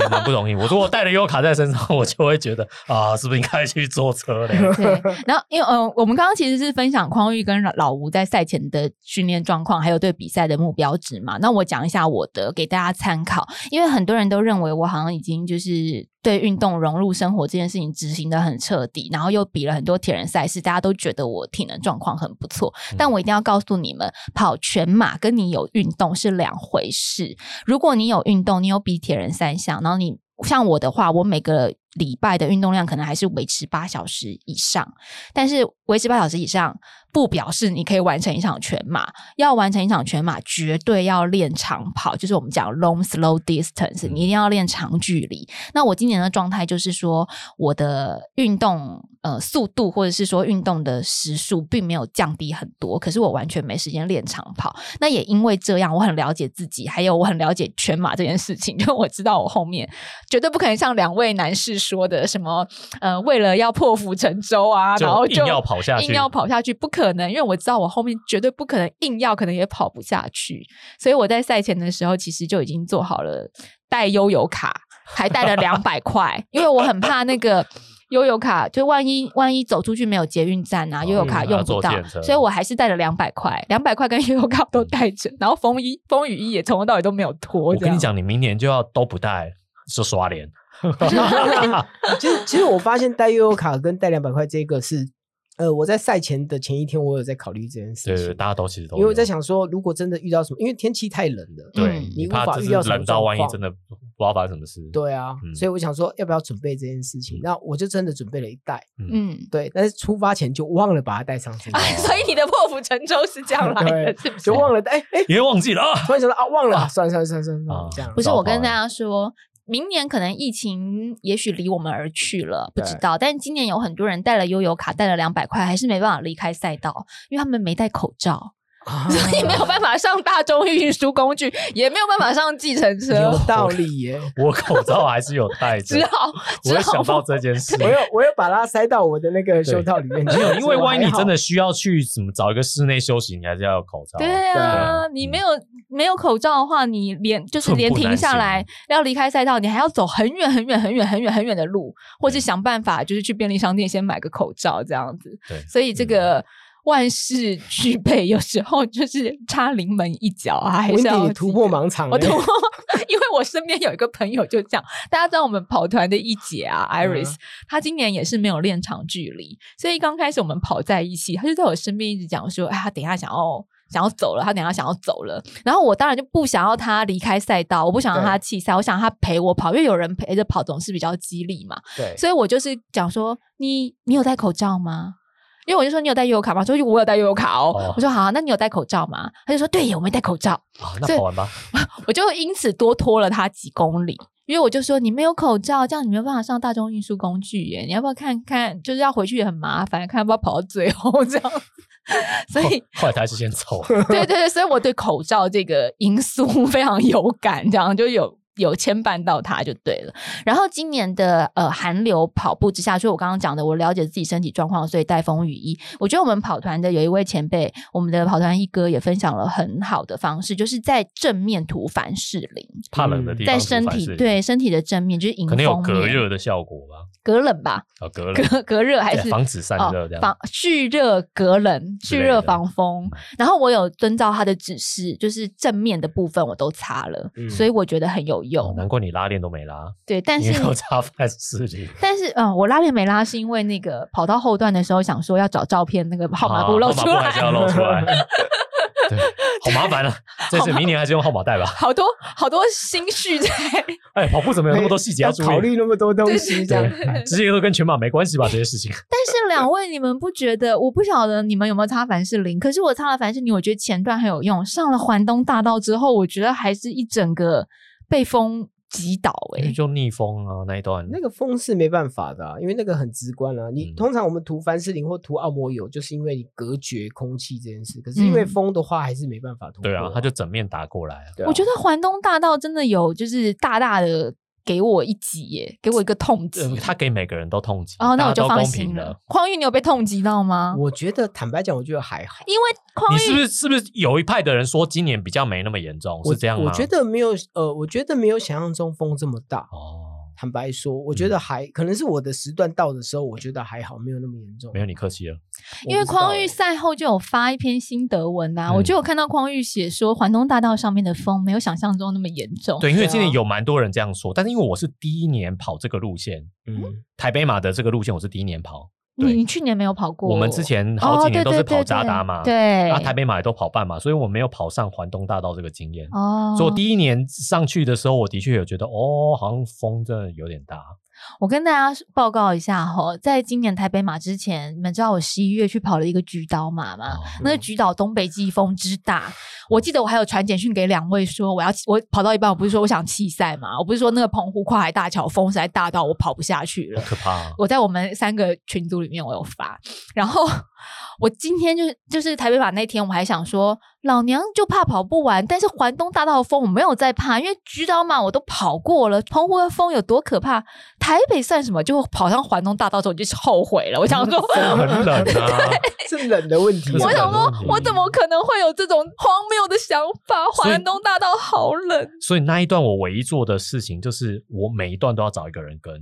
B: 也蛮不容易。我如果带着悠悠卡在身上，我就会觉得啊，是不是应该去坐车嘞？
A: 对，然后因为呃，我们刚刚其实是分享匡玉跟老老吴在赛前的训练状况，还有对比赛的目标值嘛。那我讲一下我的，给大家参考，因为很多人都认为我好像已经就是对运动融入生活这件事情执行的很彻底，然后又比了很多铁人赛事，大家都觉得我体能状况很不错。但我一定要告诉你们，跑全马跟你有运动是两回事。如果你有运动，你有比铁人三项，然后你像我的话，我每个礼拜的运动量可能还是维持八小时以上，但是维持八小时以上不表示你可以完成一场全马。要完成一场全马，绝对要练长跑，就是我们讲 long slow distance，你一定
B: 嗯
A: 要练长距离。那我今年的状态就是说，我的运动呃速度或者是说运动的时速并没有降低很多，可是我完全没时间练长跑。那也因为这样，我很了解自己，还有我很了解全马这件事情，就我知道我后面绝对不可能像两位男士说的什么呃，为了要破釜沉舟啊， 然后
B: 就
A: 就
B: 硬要跑下去，
A: 硬要跑下去，不可能，因为我知道我后面绝对不可能硬要，可能也跑不下去。所以我在赛前的时候，其实就已经做好了带悠游卡，还带 了两百块，因为我很怕那个。悠游卡就万一万一走出去没有捷运站啊，
B: 哦
A: 悠游卡
B: 嗯
A: 用
B: 要
A: 不
B: 坐
A: 到，
B: 电车
A: 所以我还是带了两百块，两百块跟悠游卡都带着，然后风衣风雨衣也从头到尾都没有脱。
B: 我
A: 这
B: 跟
A: 样
B: 你，讲，你明年就要都不带，就刷脸。
C: 其实其实我发现带悠悠卡跟带两百块这个是，呃，我在赛前的前一天我有在考虑这件
B: 对
C: 事
B: 对，对
C: 情，
B: 大家都其实都
C: 因为我在
B: 有，
C: 想说，如果真的遇到什么，因为天气太冷了，
B: 对
A: 嗯
B: 你
C: 你无
B: 怕
C: 法
B: 就
C: 预
B: 是
C: 料什么
B: 冷到万一
C: 状况
B: 真的不知道发生什么事。
C: 对啊，
B: 嗯
C: 所以我想说要不要准备这件事情，那我就真的准备了一袋，
A: 嗯，
C: 对，但是出发前就忘了把它带上
B: 啊
C: 身，
A: 哎，所以你的破釜沉舟是这样来的，
C: 对
A: 是不是
C: 就？忘了带，哎哎，
B: 因为忘记了啊，
C: 突然想到啊，忘了，算了算了算了算
B: 啊
C: 了，这样
A: 不是，
B: 糟
A: 我
B: 糕
A: 跟
B: 了
A: 大家说，明年可能疫情也许离我们而去了，不知
C: 对
A: 道。但今年有很多人带了悠游卡，带了两百块，还是没办法离开赛道，因为他们没戴口罩，
C: 啊
A: 所以
B: 哦
A: 没有办法上大众运输工具，也没有办法上计程车
C: 有，道理耶。
B: 我口罩还是有 戴着
A: 只。好
B: 我有
A: 只好
B: 想到这 件事，
C: 我有我有把它塞到我的那个袖套里面去，
B: 没有，因为万一你真
C: 还好
B: 的需要去怎么找一个室内休息，你还是要有口罩。
A: 对啊，你没有没有口罩的话，你连就是
B: 嗯寸
A: 连
B: 步
A: 停
B: 难
A: 下
B: 行啊
A: 来要离开赛道，你还要走很远很远很远很远很远的路，或是
B: 对
A: 想办法就是去便利商店先买个口罩这样子。
B: 对，
A: 所以这
B: 嗯
A: 个万事俱备，有时候就是差临门一脚啊，还
C: 温
A: 是
C: 迪
A: 要
C: 你突破
A: 嘛。
C: 盲场
A: 我
C: 了、
A: 突破，因为我身边有一个朋友就这样，大家知道我们跑团的一姐啊，Iris，、
C: 嗯
A: 她今年也是没有练长距离，所以刚开始我们跑在一起，她就在我身边一直讲说，哎，她等一下想要。想要走了，她等一下想要走了，然后我当然就不想要她离开赛道，我不想让她弃赛，我想她陪我跑，因为有人陪着跑总是比较激励嘛。
C: 对，
A: 所以我就是讲说，你你有戴口罩吗？因为我就说你有戴悠游卡吗？他说我有戴悠游卡哦。
B: 哦
A: 我说好啊、那你有戴口罩吗？他就说对耶，我没戴口罩。
B: 啊，那
A: 所以
B: 跑完吧。
A: 我就因此多拖了他几公里，因为我就说你没有口罩，这样你没有办法上大众运输工具耶，你要不要看看？就是要回去也很麻烦，看要不要跑到最后这样。所以，
B: 后后来他是 先走了，
A: 对对对，所以我对口罩这个因素 非常有感，这样就有。有牵绊到它就对了。然后今年的呃寒流跑步之下，就我刚刚讲的，我了解自己身体状况，所以带风雨衣。我觉得我们跑团的有一位前辈，我们的跑团一哥也分享了很好的方式，就是在正面涂凡士林。
B: 怕冷的地方
A: 嗯在
B: 涂
A: 身
B: 凡
A: 体
B: 士林，
A: 对身体的正面就是迎
B: 可能有
A: 风
B: 隔
A: 面
B: 热的效果吧，
A: 隔冷吧，
B: 啊，隔冷
A: 隔隔热还
B: 对
A: 是
B: 防止散热
A: 哦
B: 这样。
A: 防蓄热隔冷、
B: 之
A: 蓄
B: 类
A: 热
B: 的嗯
A: 防风。然后我有遵照他的指示，就是正面的部分我都擦了，
C: 嗯
A: 所以我觉得很有
B: 哦
A: 用。
B: 难怪你拉链都没拉，
A: 对，但
B: 因
A: 是
B: 为要插凡士 林。
A: 但是嗯，我拉链没拉是因为那个跑到后段的时候想说要找照片，那个号码
B: 啊
A: 布露
B: 号码
A: 出来，
B: 还是要露 出来。对，好麻烦啊！这次明年还是用号码带吧。
A: 好多好多心绪在。
B: 哎，跑步怎么有那么多细节要注意？
C: 考虑那么多东西，这样
B: 对，这些都跟全马没关系吧？这些事情，
A: 但是两位，你们不觉得？我不晓得你们有没有擦凡士林，可是我擦了凡士林，我觉得前段很有用。上了环东大道之后，我觉得还是一整个被风击倒、
B: 因
A: 欸，
B: 为就逆风嗯啊那一段，
C: 那个风是没办法的啊、因为那个很直观啊。你、
B: 嗯
C: 通常我们涂凡士林或涂澳摩油，就是因为你隔绝空气这件事。可是因为
A: 嗯
C: 风的话，还是没办法涂、
B: 对啊，他就整面打过来啊。
C: 对啊
A: 我觉得环东大道真的有，就是大大的给我一击耶、给我一个痛击。
B: 呃他给每个人都痛击，
A: 哦，那我
B: 大
A: 就
B: 家都
A: 放
B: 公
A: 心
B: 平
A: 了。。匡玉，你有被痛击到吗？
C: 我觉得坦白讲，我觉得还好。
A: 因为匡
B: 你
A: 玉
B: 是不是是不是有一派的人说今年比较没那么严重，
C: 我
B: 哦是这样吗？啊
C: 我觉得没有呃，我觉得没有想象中风这么大。
B: 哦，
C: 坦白说，我觉得还、可能是我的时段到的时候，我觉得还好，没有那么严重。
B: 没有你客气了。
A: 因为匡玉
C: 玉
A: 赛后就有发一篇心得文呐、
B: 欸嗯
A: 我就有看到匡玉写说环东大道上面的风没有想象中那么严重。
B: 对，因为今
C: 对啊
B: 年有蛮多人这样说，但是因为我是第一年跑这个路线，
C: 嗯，
B: 台北马的这个路线我是第一年跑，
A: 你
B: 对
A: 你去年没有跑过？哦
B: 我们之前好几年都是跑扎达
A: 嘛，
B: 马，
A: 对，
B: 啊，台北马也都跑半马，所以我没有跑上环东大道这个经验。
A: 哦，
B: 所以我第一年上去的时候，我的确有觉得，哦，好像风真的有点大。
A: 我跟大家报告一下哈，在今年台北马之前，你们知道我十一月去跑了一个菊岛马吗？
B: 哦
A: 那个菊岛东北季风之大，我记得我还有传简讯给两位说，我要我跑到一半，我不是说我想弃赛嘛，我不是说那个澎湖跨海大桥风实在大到我跑不下去了
B: 好。可 怕、啊！
A: 我在我们三个群组里面我有发，然后 我今天就是就是台北马那天，我还想说老娘就怕跑不完，但是环东大道的风我没有在怕，因为菊岛马我都跑过了，澎湖的风有多可怕，台北算什么？就跑上环东大道之后我就是后悔了，我想 说。
B: 风很冷 啊，
C: 是冷的问 题啊。
B: 我
A: 我想说，我怎么可能会有这种荒谬的想法？
B: 所以
A: 环东大道好冷，
B: 所以那一段我唯一做的事情就是，我每一段都要找一个人跟，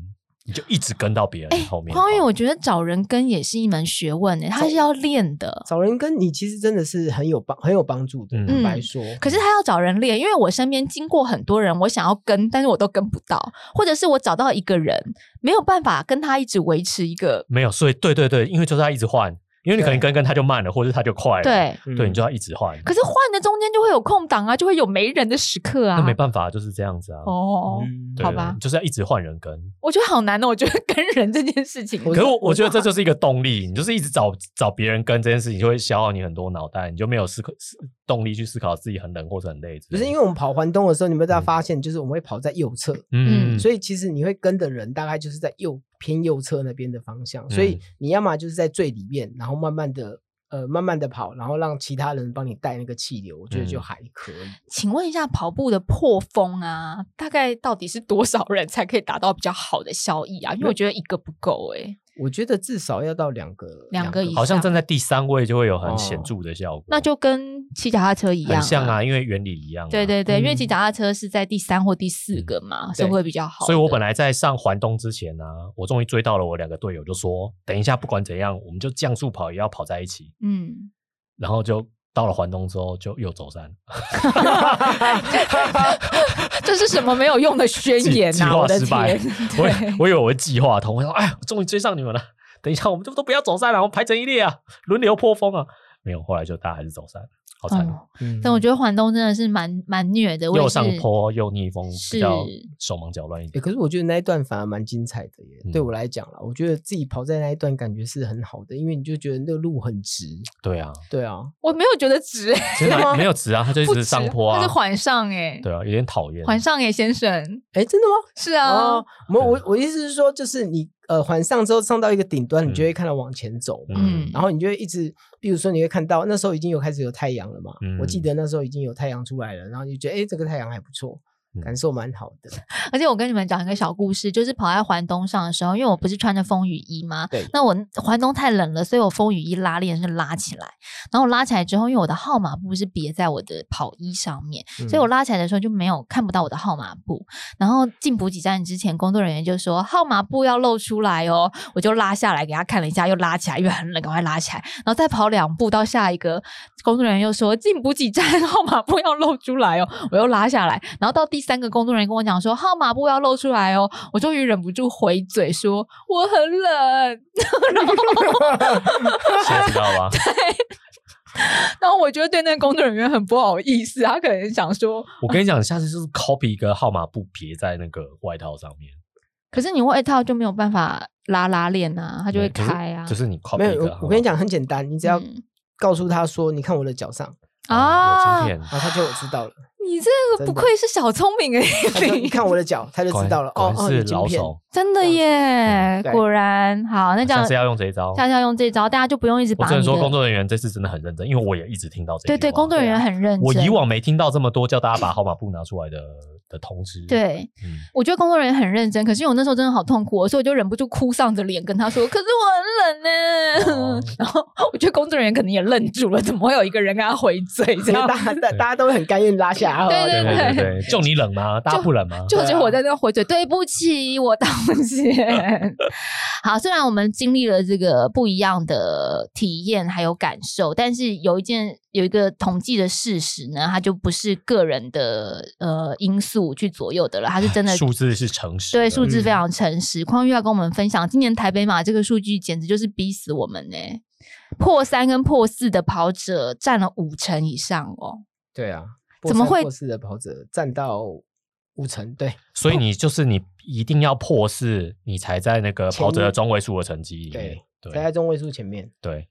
B: 你就一直跟到别
A: 哎
B: 人后面哦跑。
A: 匡玉，我觉得找人跟也是一门学问呢、他是要练的。
C: 找人跟你其实真的是很有帮很有帮助的，
B: 嗯
C: 坦白说。
A: 可是他要找人练，因为我身边经过很多人，我想要跟，但是我都跟不到，或者是我找到一个人没有办法跟他一直维持一个
B: 没有，所以对对对，因为就是要一直换，因为你可能跟跟他就慢了，或者是他就快了，
A: 对。
C: 嗯
B: 对，你就要一直换。
A: 可是换的中间就会有空档啊，就会有没人的时刻啊。
B: 那没办法，就是这样子啊。
A: 哦，
C: 嗯
B: 对
A: 好吧
B: 就是要一直换人跟。
A: 我觉得好难哦。我觉得跟人这件事情，
C: 我
B: 可是我我觉得
C: 知
B: 这
C: 道
B: 就是一个动力，你就是一直找找别人跟这件事情，就会消耗你很多脑袋，你就没有思考思动力去思考自己很冷或者很累之
C: 不
B: 类的。
C: 是因为我们跑环东的时候，你们
B: 嗯
C: 大家发现，就是我们会跑在右侧，
A: 嗯
C: 所以其实你会跟的人大概就是在右偏右侧那边的方向，所以
B: 嗯
C: 你要么就是在最里面，然后慢慢的呃慢慢的跑，然后让其他人帮你带那个气流，我觉得就
B: 嗯
C: 还可以。
A: 请问一下，跑步的破风啊，大概到底是多少人才可以达到比较好的效益啊？因为我觉得一个不够哎、
C: 我觉得至少要到两个，
A: 两个以
B: 好像
A: 上
B: 站在第三位就会有很
C: 哦
B: 显著的效果，
A: 那就跟骑脚踏车一样、
B: 很像啊，。因为原理一样、啊。
A: 对对对，因为
C: 嗯
A: 骑脚踏车是在第三或第四个嘛，所以
C: 对
A: 会比较好的。
B: 所以我本来在上环东之前呢、我终于追到了我两个队友，就说等一下不管怎样，我们就降速跑也要跑在一起。
A: 嗯，
B: 然后就到了环东之后，就又走山，
A: 这是什么没有用的宣
B: 计
A: 言
B: 计
A: 啊！
B: 划
A: 我的
B: 失败，
A: 天，
B: 我以我以为我会计划通，我说哎，终于追上你们了，等一下我们就都不要走山了，我们排成一列啊，轮流破风啊。没有，后来就大家还是走山，好惨哦、
A: 哦但我觉
C: 觉
A: 得环东真的是蛮蛮虐的，我也
B: 又
A: 是
B: 上坡又逆风，
A: 是
B: 比较手忙脚乱一点。
C: 可是我觉得那一段反而蛮精彩的耶。
B: 嗯
C: 对我来讲啦，我觉得自己跑在那一段感觉是很好的，因为你就觉得那个路很直。
B: 对啊，
C: 对啊，
A: 我没有觉得值、欸，
B: 其实哪没有直啊，他就一
A: 不值
B: 直上坡
A: 它
B: 啊
A: 是，缓上哎、
B: 对啊，有点讨厌。
A: 缓上哎、先生，
C: 哎，真的吗？
A: 是啊，
C: 哦，我我
B: 对
C: 我意思是说，就是你呃环上之后上到一个顶端，你就
B: 嗯
C: 会看到往前走嘛，
A: 嗯
C: 然后你就会一直，比如说你会看到那时候已经有开始有太阳了嘛，我记
B: 嗯
C: 得那时候已经有太阳出来了，然后你就觉得哎、诶这个太阳还不错，感
B: 嗯
C: 受蛮好 的，
A: 而且我跟你们讲一个小故事，就是跑在环东上的时候，因为我不是穿着风雨衣吗？
C: 对
A: 那我环东太冷了，所以我风雨衣拉链是拉起来，然后我拉起来之后，因为我的号码布是别在我的跑衣上面，
C: 嗯
A: 所
B: 嗯
A: 以我拉起来的时候就没有看不到我的号码布。然后进补给站之前，工作人员就说号码布要露出来哦，我就拉下来给他看了一下，又拉起来，因为很冷，赶快拉起来。然后再跑两步到下一个，工作人员又说进补给站号码布要露出来哦，我又拉下来。然后到第三个工作人员跟我讲说号码布要露出来哦，我终于忍不住回嘴说我很冷。
B: 现在知道吗？
A: 然后我觉得对那个工作人员很不好意思，他可能想说，
B: 我跟你讲，下次就是 copy 一个号码布别在那个外套上面，
A: 可是你外套就没有办法拉拉链啊，它就会
B: 嗯可是
A: 开啊。
B: 就是你
C: 没
B: copy 一
C: 有
B: 个号码
C: 我
B: 布。
C: 我跟你讲很简单，你只要
A: 嗯
C: 告诉他说你看我的脚上，
B: 啊，
A: 啊
B: 有经验
C: 然后他就知道 了，
A: 你这个不
C: 真的
A: 愧是小聪明哎、
C: 他说你看我的脚，他就
B: 果
C: 知
B: 然
C: 道了，哦
B: 果
C: 哦，
B: 然
C: 有
B: 是
C: 晶
B: 老
C: 片，
B: 手，
A: 真的耶，
C: 对
A: 果然好。那这样
B: 下次要用这一招。
A: 下次要用这招，大家就不用一直
B: 我
A: 把
B: 只能
A: 你
B: 说，工
A: 的
B: 作人员这次真的很认真，因为我也一直听到这句
A: 对
B: 话。
A: 对工作人员很认真。
B: 啊我以往没听到这么多叫大家把号码布拿出来的的通知。，
A: 对
B: 嗯，
A: 我觉得工作人员很认真，可是因为我那时候真的好痛苦哦，所以我就忍不住哭丧着脸跟他说：“可是我很冷呢、
B: 哦
A: 然后我觉得工作人员可能也愣住了，怎么会有一个人跟他回 嘴这
C: 因为
A: 样？
C: 大家大大家都会很甘愿拉下来，哦
A: 对
B: 对
A: 对
B: 对对，就你冷吗？大家不冷吗？
A: 就
C: 对啊
A: 只有我在那回嘴，对不起，我道歉。 好，虽然我们经历了这个不一样的体验还有感受，但是有一件有一个统计的事实呢，它就不是个人的呃因素去左右的了，它是真的
B: 数字是诚实的，
A: 对数字非
C: 嗯
A: 常诚实。匡玉要跟我们分享，今年台北马这个数据简直就是逼死我们呢、破三跟破四的跑者占了五成以上哦，
C: 对啊，
A: 怎么会
C: 是的跑者占到五成？对，
B: 所以你就是你一定要破四，你才在那个
C: 前
B: 跑者的
C: 面
B: 中位数的成绩里面。
C: 才
B: 对
C: 在中位数前面。
B: 对，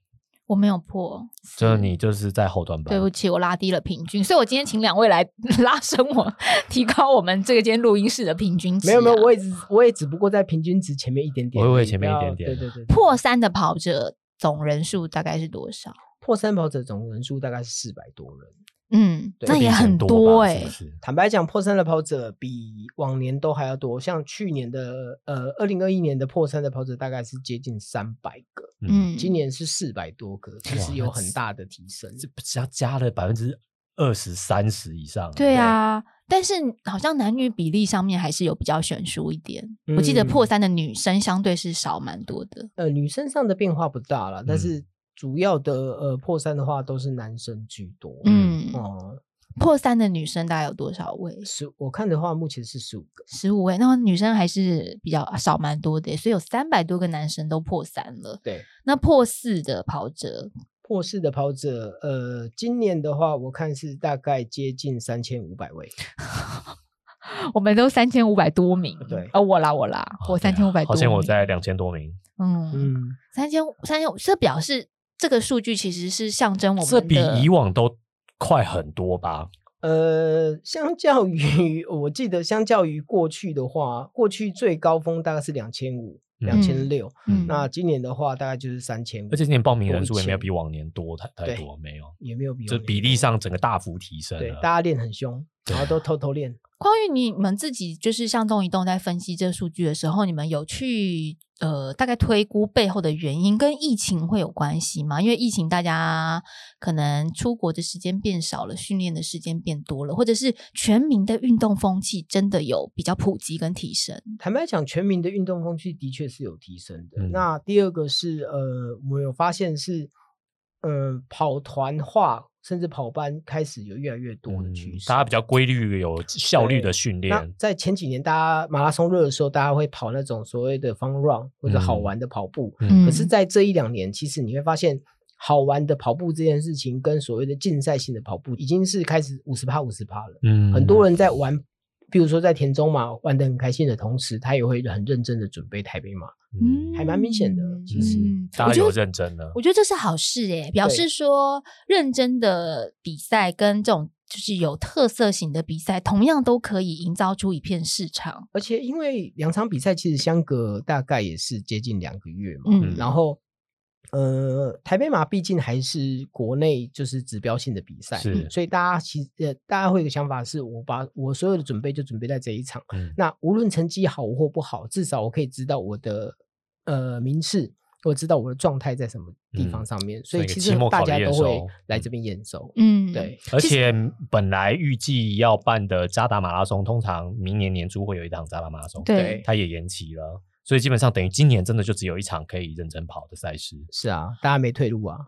A: 我没有破，
B: 就是你就是在后端班。
A: 对不起，我拉低了平均，所以我今天请两位来 拉升我，提高我们这个间录音室的平均值、啊
C: 没有没有，我也只我也只不过在平均值前面一点点而已，
B: 啊我以为前面一
C: 不要
B: 点点
C: 对对对，对
A: 破三的跑者总人数大概是多少？
C: 破三跑者总人数大概是四百多人。
A: 嗯，
C: 对
A: 那
B: 比
A: 也
B: 以前
A: 很
B: 多吧
A: 哎、
B: 是不是
C: 坦白讲，破三的跑者比往年都还要多，像去年的呃二零二一年的破三的跑者大概是接近三百个，
A: 嗯，
C: 今年是四百多个，其
B: 哇
C: 实有
B: 那
C: 很
B: 是
C: 大的提升。
B: 这只要加了百分之二十三十以上，
A: 对啊。但是好像男女比例上面还是有比较悬殊一点。我记得
C: 嗯
A: 破三的女生相对是少蛮多的。
C: 呃，女生上的变化不大了，但
B: 嗯
C: 是主要的呃破三的话都是男生居多。
A: 嗯，
C: 哦、
A: 破三的女生大概有多少位？
C: 十我看的话，目前是十五个。
A: 十五位。那女生还是比较少蛮多的，欸所以有三百多个男生都破三了。
C: 对，
A: 那破四的跑者
C: 破四的跑者，呃，今年的话，我看是大概接近三千五百位。
B: 啊
A: 我们都三千五百多名，
C: 对
A: 哦，我啦我啦，我
B: 对
A: 三
B: 啊
A: 千五百多
B: 好
A: 名，
B: 像我在两千多名，
A: 嗯，
C: 嗯，
A: 三千三千，这表示这个数据其实是象征我们
B: 这比
A: 的
B: 以往都快很多吧？
C: 呃，相较于我记得，相较于过去的话，过去最高峰大概是两千五、两千六，
A: 嗯
C: 那今年的话大概就是三千五，
B: 而且今年报名人数
C: 多
B: 也
C: 一千
B: 没有比往年多太太
C: 对
B: 多，没有，
C: 也没有比
B: 就
C: 往
B: 比
C: 年
B: 例
C: 多
B: 上整个大幅提升
C: 对，
B: 了。
C: 大家练很凶，然后都偷偷练。
A: 匡玉，你们自己就是像动一动在分析这数据的时候，你们有去呃大概推估背后的原因跟疫情会有关系吗？因为疫情大家可能出国的时间变少了，训练的时间变多了，或者是全民的运动风气真的有比较普及跟提升。
C: 坦白讲，全民的运动风气的确是有提升的。
B: 嗯
C: 那第二个是呃，我们有发现是，呃，跑团化甚至跑班开始有越来越多的趋势。
B: 嗯大家比较规律、有效率的训
C: 那
B: 练，
C: 在前几年，大家马拉松热的时候，大家会跑那种所谓的 fun run 或者好
B: 嗯
C: 玩的跑步。
A: 嗯
C: 可是，在这一两年，其实你会发现，好玩的跑步这件事情跟所谓的竞赛性的跑步，已经是开始五十趴五十趴了。
B: 嗯
C: 很多人在玩，比如说在田中嘛玩得很开心的同时，他也会很认真的准备台北马。
B: 嗯
C: 还蛮明显的其
B: 实
A: 嗯
B: 大
A: 我
B: 家
A: 觉
B: 有
A: 得
B: 认真了
A: 我，觉得这是好事诶、表
C: 对
A: 示说认真的比赛跟这种就是有特色型的比赛，同样都可以营造出一片市场。
C: 而且因为两场比赛其实相隔大概也是接近两个月嘛，
A: 嗯，
C: 然后呃，台北马毕竟还是国内就是指标性的比赛，
B: 是
C: 所以大家其实呃大家会有个想法是，我把我所有的准备就准备在这一场，
B: 嗯
C: 那无论成绩好或不好，至少我可以知道我的呃名次。我知道我的状态在什么地方
B: 嗯
C: 上面，所以
B: 那个
C: 其
B: 期
C: 实
B: 末
C: 大
B: 考的
C: 家
B: 验
C: 都会
B: 收
C: 来
B: 嗯
C: 这边验收。
A: 嗯，
C: 对，
B: 而且本来预计要办的扎达马拉松，通常明年年初会有一场扎达马拉松，
A: 对
C: 对
B: 它也延期了，所以基本上等于今年真的就只有一场可以认真跑的赛事。
C: 是啊，大家没退路啊。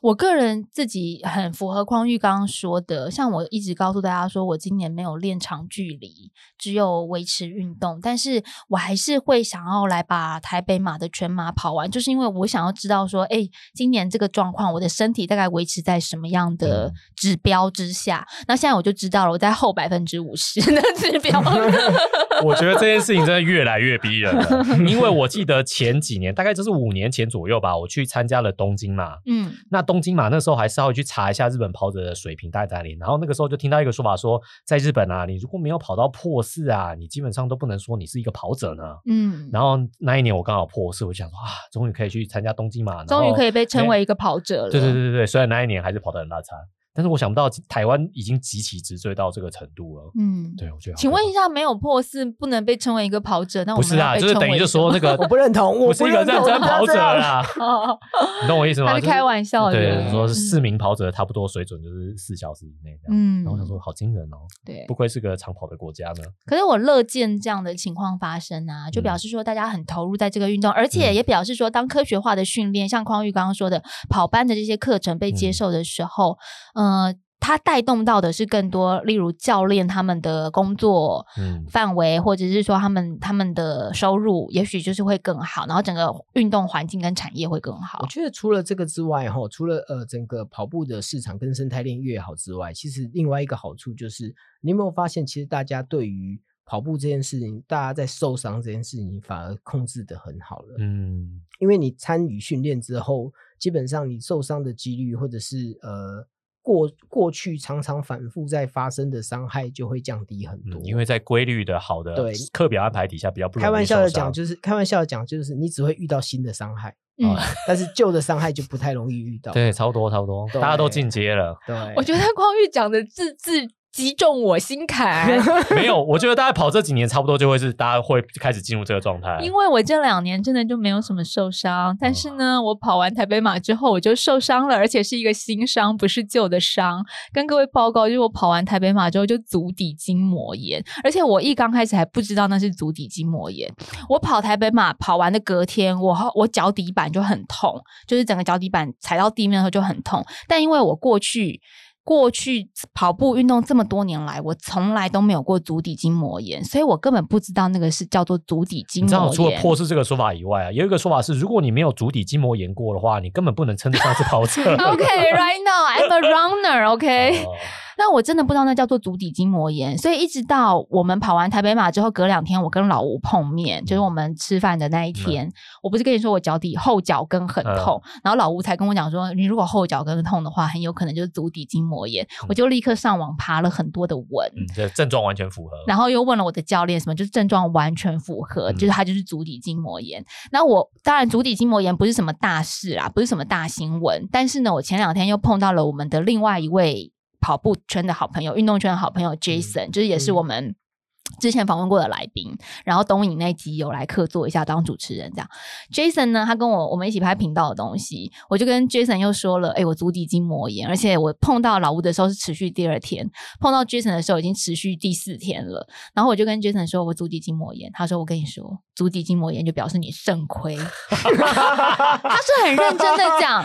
A: 我个人自己很符合匡玉刚刚说的，像我一直告诉大家说，我今年没有练长距离，只有维持运动，但是我还是会想要来把台北马的全马跑完，就是因为我想要知道说，哎、今年这个状况，我的身体大概维持在什么样的
B: 嗯
A: 指标之下？那现在我就知道了，我在后百分之五十的指标。
B: 我觉得这件事情真的越来越逼人 了，因为我记得前几年，大概就是五年前左右吧，我去参加了东京嘛，
A: 嗯，
B: 那东京马那时候还稍微去查一下日本跑者的水平大概在哪里，然后那个时候就听到一个说法说，在日本啊，你如果没有跑到破四啊，你基本上都不能说你是一个跑者呢。
A: 嗯，
B: 然后那一年我刚好破四，我就想说啊，终于可以去参加东京马，然后
A: 终于可以被称为一个
B: 个
A: 跑者了。
B: 对对对对对，虽然那一年还是跑得很拉差，但是我想不到台湾已经极其直追到这个程度了。
A: 嗯，
B: 对，我觉得好
A: 请问
B: 可
A: 一下，没有破四不能被称为一个跑者，那
B: 怕
A: 我
B: 不
A: 们
B: 是
A: 要
B: 啊，
A: 被
B: 就是
A: 称
B: 等于
A: 为
B: 就
A: 什么
B: 说那个
C: 我不认同，我
B: 不是一个
C: 认同
B: 认真跑者啦，
A: 哦，
B: 你懂 我意思吗？
A: 他是开玩笑的，
B: 对，说是四
A: 嗯
B: 名跑者差不多水准就是四小时以内这样。
A: 嗯
B: 然后我想说好惊人哦，
A: 对
B: 不。愧是个长跑的国家 呢。
A: 可是我乐见这样的情况发生啊，就表示说大家很投入在这个运动，而且
B: 嗯
A: 也表示说，当科学化的训练，像匡玉刚刚说的跑班的这些课程被接
B: 嗯
A: 受的时候，呃，它带动到的是更多，例如教练他们的工作，
B: 嗯，
A: 范围，或者是说他们他们的收入，也许就是会更好，然后整个运动环境跟产业会更好
C: 我。觉得除了这个之外，哈，除了呃整个跑步的市场跟生态链越好之外，其实另外一个好处就是，你有没有发现，其实大家对于跑步这件事情，大家在受伤这件事情反而控制的很好了。
B: 嗯，
C: 因为你参与训练之后，基本上你受伤的几率，或者是呃过过去常常反复在发生的伤害，就会降低很多。
B: 嗯因为在规律的好的
C: 对
B: 课表安排底下，比较不容易
C: 开玩笑的
B: 受伤
C: 讲，就是开玩笑的讲，就是你只会遇到新的伤害，啊
A: 嗯，
C: 但是旧的伤害就不太容易遇到。
B: 对，哦差不多差不多，
C: 对
B: 大家都进阶了。
C: 对，
A: 我觉得匡玉讲的字字击中我心坎，
B: 没有，我觉得大概跑这几年差不多就会是大家会开始进入这个状态。
A: 因为我这两年真的就没有什么受伤，但是呢，我跑完台北马之后我就受伤了，而且是一个新伤，不是旧的伤。跟各位报告，就是我跑完台北马之后就足底筋膜炎，而且我一刚开始还不知道那是足底筋膜炎。我跑台北马跑完的隔天，我后我脚底板就很痛，就是整个脚底板踩到地面的时候就很痛。但因为我过去过去跑步运动这么多年来，我从来都没有过足底筋膜炎，所以我根本不知道那个是叫做足底筋
B: 你知道，
A: 膜
B: 除了
A: 炎。
B: 破四 这个说法以外啊，也有一个说法是，如果你没有足底筋膜炎过的话，你根本不能称得上是跑 者。
A: OK, right now I'm a runner. OK，
B: 哦
A: 那我真的不知道那叫做足底筋膜炎，所以一直到我们跑完台北马之后，隔两天我跟老吴碰面，
B: 嗯
A: 就是我们吃饭的那一天，我不是跟你说我脚底后脚跟很
B: 嗯
A: 痛，然后老吴才跟我讲说，你如果后脚跟痛的话，很有可能就是足底筋膜炎，我就立刻上网爬了很多的文。
B: 嗯，这症状完全符合。
A: 然后又问了我的教练什么，就是症状完全符合，
B: 嗯
A: 就是他就是足底筋膜炎。那我当然足底筋膜炎不是什么大事啊啦，不是什么大新闻，但是呢，我前两天又碰到了我们的另外一位跑步圈的好朋友，运动圈的好朋友 Jason，、就是也是我们。之前访问过的来宾，然后东影那集有来客座一下当主持人这样。Jason 呢，他跟我我们一起拍频道的东西，我就跟 Jason 又说了，哎、我足底筋膜炎，而且我碰到老吴的时候是持续第二天，碰到 Jason 的时候已经持续第四天了。然后我就跟 Jason 说，我足底筋膜炎，他说我跟你说，足底筋膜炎就表示你肾亏。 他是很认真的讲，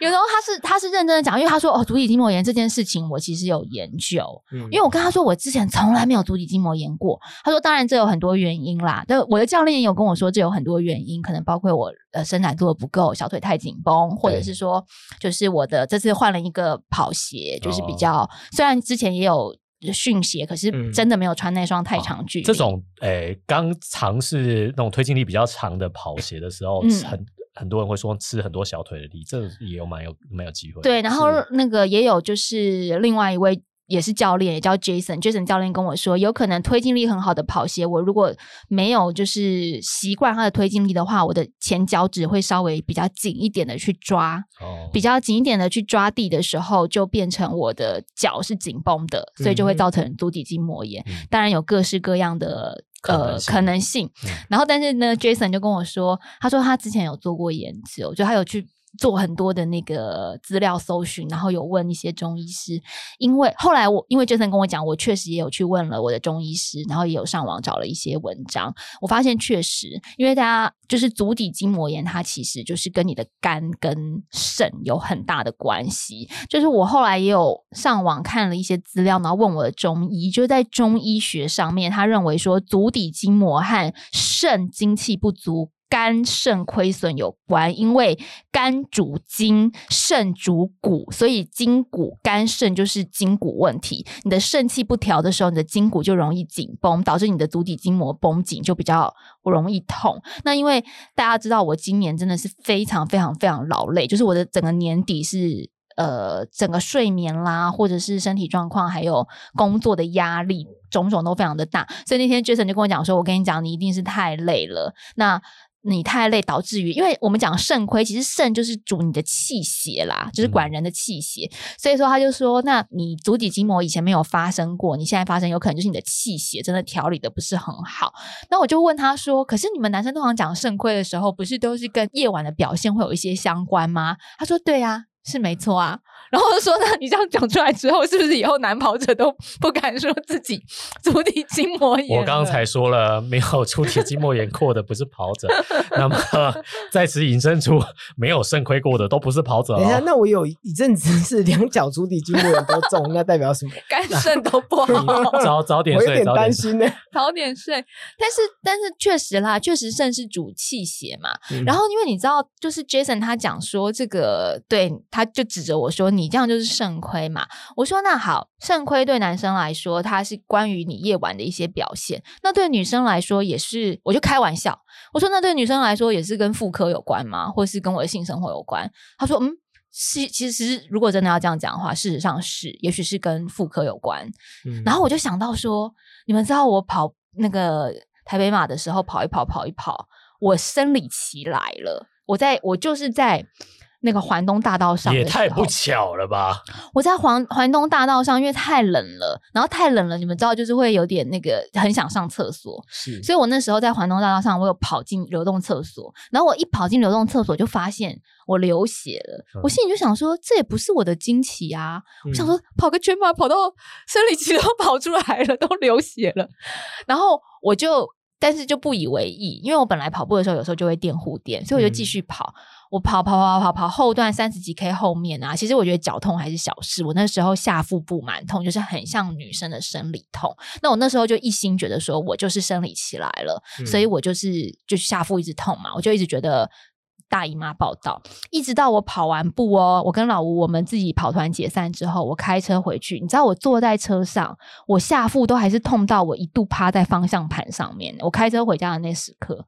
A: 有时候他是他是认真的讲，因为他说哦，足底筋膜炎这件事情我其实有研究，
B: 嗯
C: 因
A: 因为我跟他说我之前从来没有足底筋膜炎过，他说当然这有很多原因啦，但我的教练也有跟我说这有很多原因，可能包括我呃伸展做的不够，小腿太紧绷，或者
B: 对
A: 是说就是我的这次换了一个跑鞋，就是
B: 哦
A: 比较、虽然之前也有。训鞋，可是
C: 嗯
A: 真的没有穿那双太长距离、
B: 哦这种诶，刚尝试那种推进力比较长的跑鞋的时候，
A: 嗯
B: 很很多人会说吃很多小腿的力，这也有蛮有蛮有机会的。
A: 对，然后
B: 是
A: 那个也有就是另外一位也是教练，也叫 Jason，Jason 教练跟我说，有可能推进力很好的跑鞋，我如果没有就是习惯它的推进力的话，我的前脚趾会稍微比较紧一点的去抓，
B: 哦
A: 比较紧一点的去抓地的时候，就变成我的脚是紧绷的，所以就会
C: 嗯
A: 造成足底筋膜炎。
B: 嗯
A: 当然有各式各样的。
B: 可
A: 呃
B: 能，性
A: 可能性
B: 嗯。
A: 然后，但是呢，Jason 就跟我说，他说他之前有做过研究，就他有去做很多的那个资料搜寻，然后有问一些中医师。因为后来我因为 Jason 跟我讲，我确实也有去问了我的中医师，然后也有上网找了一些文章，我发现确实，因为大家就是足底筋膜炎，它其实就是跟你的肝跟肾有很大的关系。就是我后来也有上网看了一些资料，然后问我的中医，就是在中医学上面，他认为说足底筋膜和肾精气不足。肝肾亏损有关，因为肝主筋，肾主骨，所以筋骨肝肾就是筋骨问题。你的肾气不调的时候，你的筋骨就容易紧绷，导致你的足底筋膜绷紧，就比较容易痛。那因为大家知道，我今年真的是非常非常非常劳累，就是我的整个年底是。呃，整个睡眠啦，或者是身体状况，还有工作的压力，种种都非常的大。所以那天 Jason 就跟我讲说：“我跟你讲，你一定是太累了。那你太累，导致于，因为我们讲肾亏，其实肾就是主你的气血啦，就是管
B: 嗯
A: 人的气血。所以说他就说，那你足底筋膜以前没有发生过，你现在发生，有可能就是你的气血真的调理的不是很好。那我就问他说，可是你们男生通常讲肾亏的时候，不是都是跟夜晚的表现会有一些相关吗？他说，对啊。是没错啊，然后我就说那你这样讲出来之后，是不是以后男跑者都不敢说自己 足底筋膜炎了？
B: 我刚才说了， 没有出铁筋膜炎过的不是跑者， 那么在此引申出没有肾亏过的都不是跑者
C: 等一下，
B: 哦。
C: 那我有一阵子是两脚足底筋膜炎都重，那代表 什么？
A: 肝肾都不好，
B: 你早早点
C: 我有
B: 睡，
C: 点
B: 早
C: 担
B: 点睡。
C: 心呢。
A: 早点睡。但是但是确实啦，确实肾是主气血嘛，然
C: 后
A: 后因为你知道，就是 Jason 他讲说这个，对，他就指着我说：“你这样就是肾亏嘛。”我说：“那好，肾亏对男生来说，它是关于你夜晚的一些表现；那对女生来说也是。”我就开玩笑，我说：“那对女生来说也是跟妇科有关吗？或是跟我的性生活有关？”他说：“嗯。”是，其实如果真的要这样讲的话，事实上是，也许是跟妇科有关，
B: 嗯
A: 然后我就想到说，你们知道我跑那个台北马的时候，跑一跑，跑一跑，我生理期来了。我在我就是在那个环东大道上
B: 也
A: 的
B: 太
A: 时
B: 不
A: 候
B: 巧了吧！
A: 我在环环东大道上，因为太冷了，然后太冷了，你们知道，就是会有点那个很想上厕所，
C: 是
A: 所以我那时候在环东大道上，我有跑进流动厕所，然后我一跑进流动厕所就发现我流血了，
B: 嗯
A: 我心里就想说，这也不是我的经期啊，我想，说跑个圈嘛，跑到生理期都 跑出来了，都流血了。然后我就，但是就不以为意，因为我本来跑步的时候有时候就会垫护垫，所以我就继
C: 嗯
A: 续跑。我跑跑跑跑跑后段三十几 K 后面啊，其实我觉得脚痛还是小事。我那时候下腹部蛮痛，就是很像女生的生理痛。那我那时候就一心觉得说我就是生理期来了，所以我就是就是下腹一直痛嘛，我就一直觉得。大姨妈报道，一直到我跑完步哦，我跟老吴我们自己跑团解散之后，我开车回去，你知道我坐在车上，我下腹都还是痛到我一度趴在方向盘上面。我开车回家的那时刻，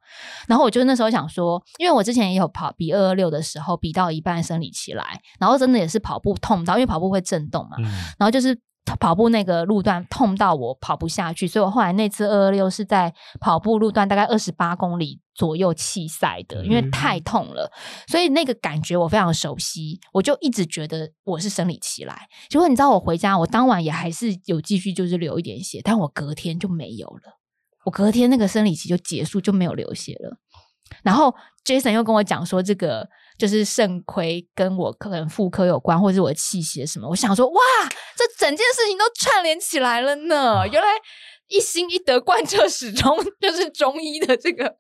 A: 然后我就那时候想说，因为我之前也有跑比二二六的时候，比到一半生理期来，然后真的也是跑步痛到，因为跑步会震动嘛，
B: 嗯，
A: 然后就是跑步那个路段痛到我跑不下去，所以我后来那次二二六是在跑步路段大概二十八公里左右弃赛的，因为
C: 嗯
A: 太痛了，所以那个感觉我非常熟悉，我就一直觉得我是生理期来。结果你知道我回家，我当晚也还是有继续就是流一点血，但我隔天就没有了，我隔天那个生理期就结束，就没有流血了。然后 Jason 又跟我讲说，这个就是肾亏跟我可能妇科有关，或者是我气血什么。我想说，哇，这整件事情都串联起来了
B: 啊
A: 呢。原来一心一德贯彻始终， 就是中医的这个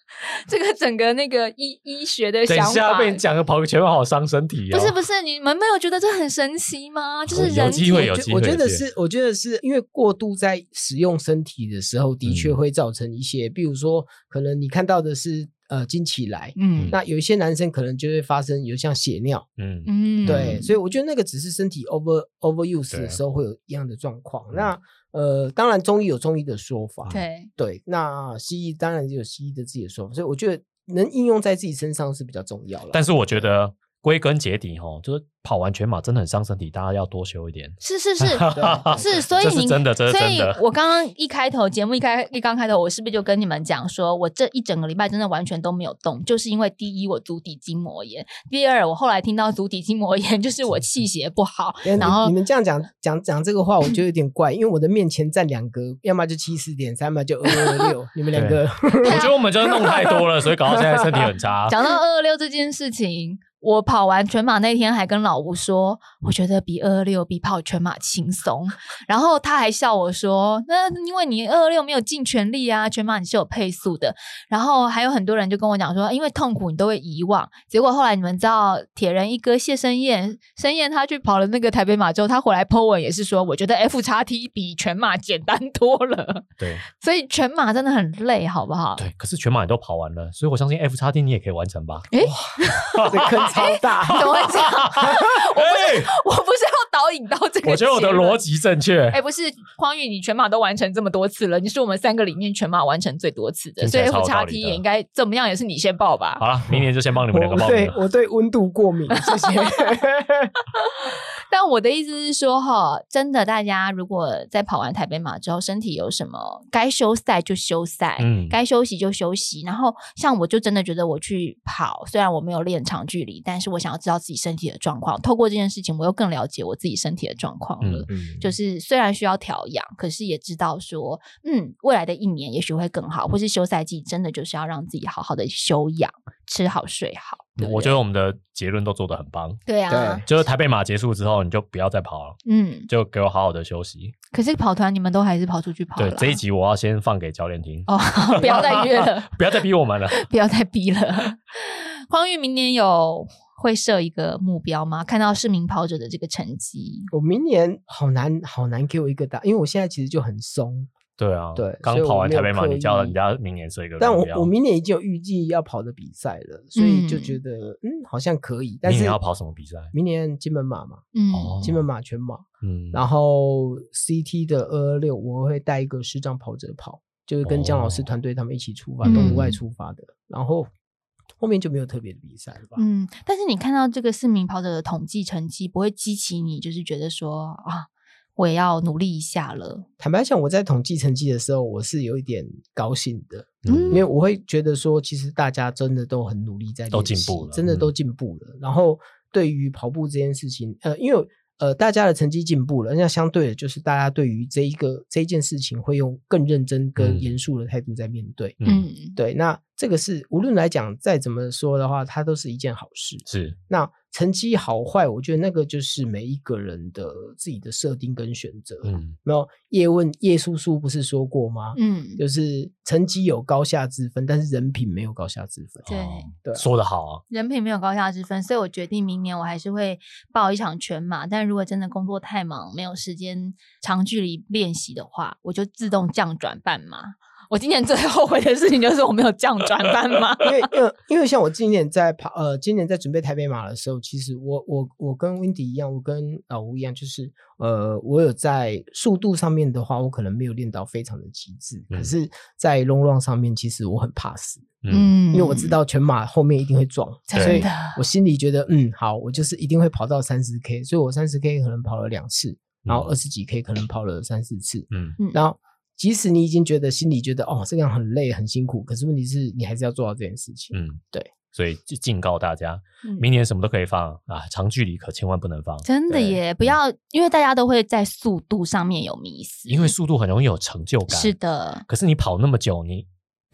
A: 这个整个那个医医学的
B: 等一
A: 想
B: 下
A: 法。
B: 被你讲个跑个全马好伤身体
A: 不
B: 哦。
A: 是不是，你们没有觉得这很神奇吗？就
B: 哦
A: 是
B: 有
A: 人
B: 机
A: 体
B: 会有
A: 就
B: 机会
C: 我觉得
B: 是
C: 是，我觉得是因为过度在使用身体的时候，的确
B: 嗯
C: 会造成一些，比如说，可能你看到的是呃经期来，
A: 嗯
C: 那有一些男生可能就会发生，有像血尿，
B: 嗯，
A: 嗯
C: 对，所以我觉得那个只是身体 over overuse
B: 对啊
C: 的时候会有一样的状况。
B: 嗯
C: 那呃，当然中医有中医的说法，
A: 对
C: 对，那西医当然也有西医的自己的说法，所以我觉得能应用在自己身上是比较重要了。
B: 但是我觉得归根结底哦，就是跑完全马真的很伤身体，大家要多休一点。
A: 是是 是
C: 对
A: 是，所以
B: 这是
A: 你
B: 真的这是
A: 所
B: 真
A: 以
B: 的
A: 我刚刚一开头节目一开一刚开头，我是不是就跟你们讲说，我这一整个礼拜真的完全都没有动，就是因为第一我足底筋膜炎，第二我后来听到足底筋膜炎 就是我气血不好，
C: 因为哎你
A: 然后
C: 你们这样讲讲讲这个话，我觉得有点怪，因为我的面前站两个，要么就七四点三，要么就二二六，你们两个
B: 我觉得我们就是弄太多了，所以搞到现在身体很 差。
A: 讲到二二六这件事情，我跑完全马那天还跟老吴说，我觉得比二二六比跑全马轻松。 然后他还笑我说，那因为你二二六没有尽全力啊，全马你是有配速的。然后还有很多人就跟我讲说，因为痛苦你都会遗忘。结果后来你们知道，铁人一哥谢生燕，生燕他去跑了那个台北马之后，他回来 po 文也是说，我觉得 F 叉 T 比全马简单多了。
B: 对
A: 所以全马真的很累，好不好？
B: 对，可是全马你都跑完了，所以我相信 F 叉 T 你也可以完成吧？
C: 这坑超大。
A: 怎么会这 样？
B: 哎，
A: 我不是要导引到这个，
B: 我觉得我的逻。辑正确
A: 哎、。不是，匡玉，你全马都完成这么多次了，你是我们三个里面全马完成最多次的，
B: 听起
A: 所以
B: 来超
A: F
B: 有道
A: 叉
B: 理
A: T
B: 的
A: 也应该怎么样，也是你先报吧。
B: 好了，明年就先帮你们两个
C: 我
B: 报名
C: 对
B: 了。
C: 我对温度过敏，谢谢。
A: 但我的意思是说，哈，真的，大家如果在跑完台北马之后，身体有什么该休赛就休赛，
B: 嗯
A: 该休息就休息。然后，像我就真的觉得我去跑，虽然我没有练长距离，但是我想要知道自己身体的状况。透过这件事情，我又更了解我自己身体的状况了。
B: 嗯
A: 就是虽然需要调养，可是也知道说，嗯，未来的一年也许会更好，或是休赛季真的就是要让自己好好的休养，吃好睡好。对不
B: 嗯我
A: 对
B: 觉得我们的结论都做得很棒，
A: 对啊，
B: 就是台北马结束之后，你就不要再跑了，
A: 嗯，
B: 就给我好好的休息。
A: 可是跑团你们都还是跑出去跑
B: 对
A: 了，啊
B: 这一集我要先放给教练听，
A: 哦，不要再约 了，
B: 不要再逼我们了。
A: 不要再逼了。匡玉明年有会设一个目标吗？看到市民跑者的这个成绩，
C: 我明年好难好难给我一个答，因为我现在其实就很松，
B: 对啊，
C: 对
B: 刚
C: 所以
B: 跑
C: 我
B: 完
C: 没
B: 台
C: 有
B: 北马，
C: 刻
B: 你叫
C: 意
B: 人家明年设一个
C: 但
B: 目
C: 我
B: 标
C: 我明年已经有预计要跑的比赛了，所以就
A: 嗯
C: 觉得嗯好像可以，但
B: 明
C: 是
B: 年要跑什么比赛？
C: 明年金门马嘛，
A: 嗯，
B: 哦
C: 金门马全马，
B: 嗯，
C: 然后 CT 的二二六我会带一个视障跑者跑，就是跟姜老师
B: 哦
C: 团队他们一起出发，
A: 嗯
C: 动物外出发的，然后后面就没有特别的比赛了吧？
A: 嗯，但是你看到这个市民跑者的统计成绩，不会激起你就是觉得说啊，我也要努力一下了。
C: 坦白讲，我在统计成绩的时候，我是有一点高兴的，
A: 嗯
C: 因为我会觉得说，其实大家真的都很努力在
B: 都
C: 练
B: 进
C: 习
B: 步了嗯
C: 真的都进步了。然后对于跑步这件事情，呃，因为呃大家的成绩进步了，那相对的就是大家对于这一个这一件事情会用更认真
B: 嗯
C: 跟严肃的态度在面对。
B: 嗯
A: 嗯，
C: 对，那这个是无论来讲再怎么说的话，它都是一件好事。
B: 是
C: 那成绩好坏，我觉得那个就是每一个人的自己的设定跟选择。
B: 嗯
C: 然后叶问叶叔叔不是说过吗？
A: 嗯，
C: 就是成绩有高下之分，但是人品没有高下之分。
A: 对
B: 哦
C: 对啊
B: 说的好啊，
A: 人品没有高下之分，所以我决定明年我还是会报一场全马。但如果真的工作太忙，没有时间长距离练习的话，我就自动降转半马。我今年最 后悔的事情就是我没有降转半 马。
B: 嗯
C: 因为因为因为像我今年在跑呃，今年在准备台北马的时候，其实我我我跟 Wendy 一样，我跟老吴一样，就是呃，我有在速度上面的话，我可能没有练到非常的极致，
B: 嗯
C: 可是，在 long run 上面，其实我很怕死，
B: 嗯，
C: 因为我知道全马后面一定会撞，
A: 真
C: 所以
A: 的
C: 嗯我心里觉得嗯，好，我就是一定会跑到三十 K，所以我三十 K 可能跑了两次，然后二十几 K 可能跑了三四次，
B: 嗯
C: 然后即使你已经觉得心里觉得哦这样很累很辛苦，可是问题是你还是要做到这件事情。
B: 嗯，
C: 对。
B: 所以就警告大家，
A: 嗯
B: 明年什么都可以放啊，长距离可千万不能放，
A: 真的
B: 对
A: 耶，不要，因为大家都会在速度上面有迷思，
B: 因为速度很容易有成就感。
A: 是，的，
B: 可是你跑那么久，你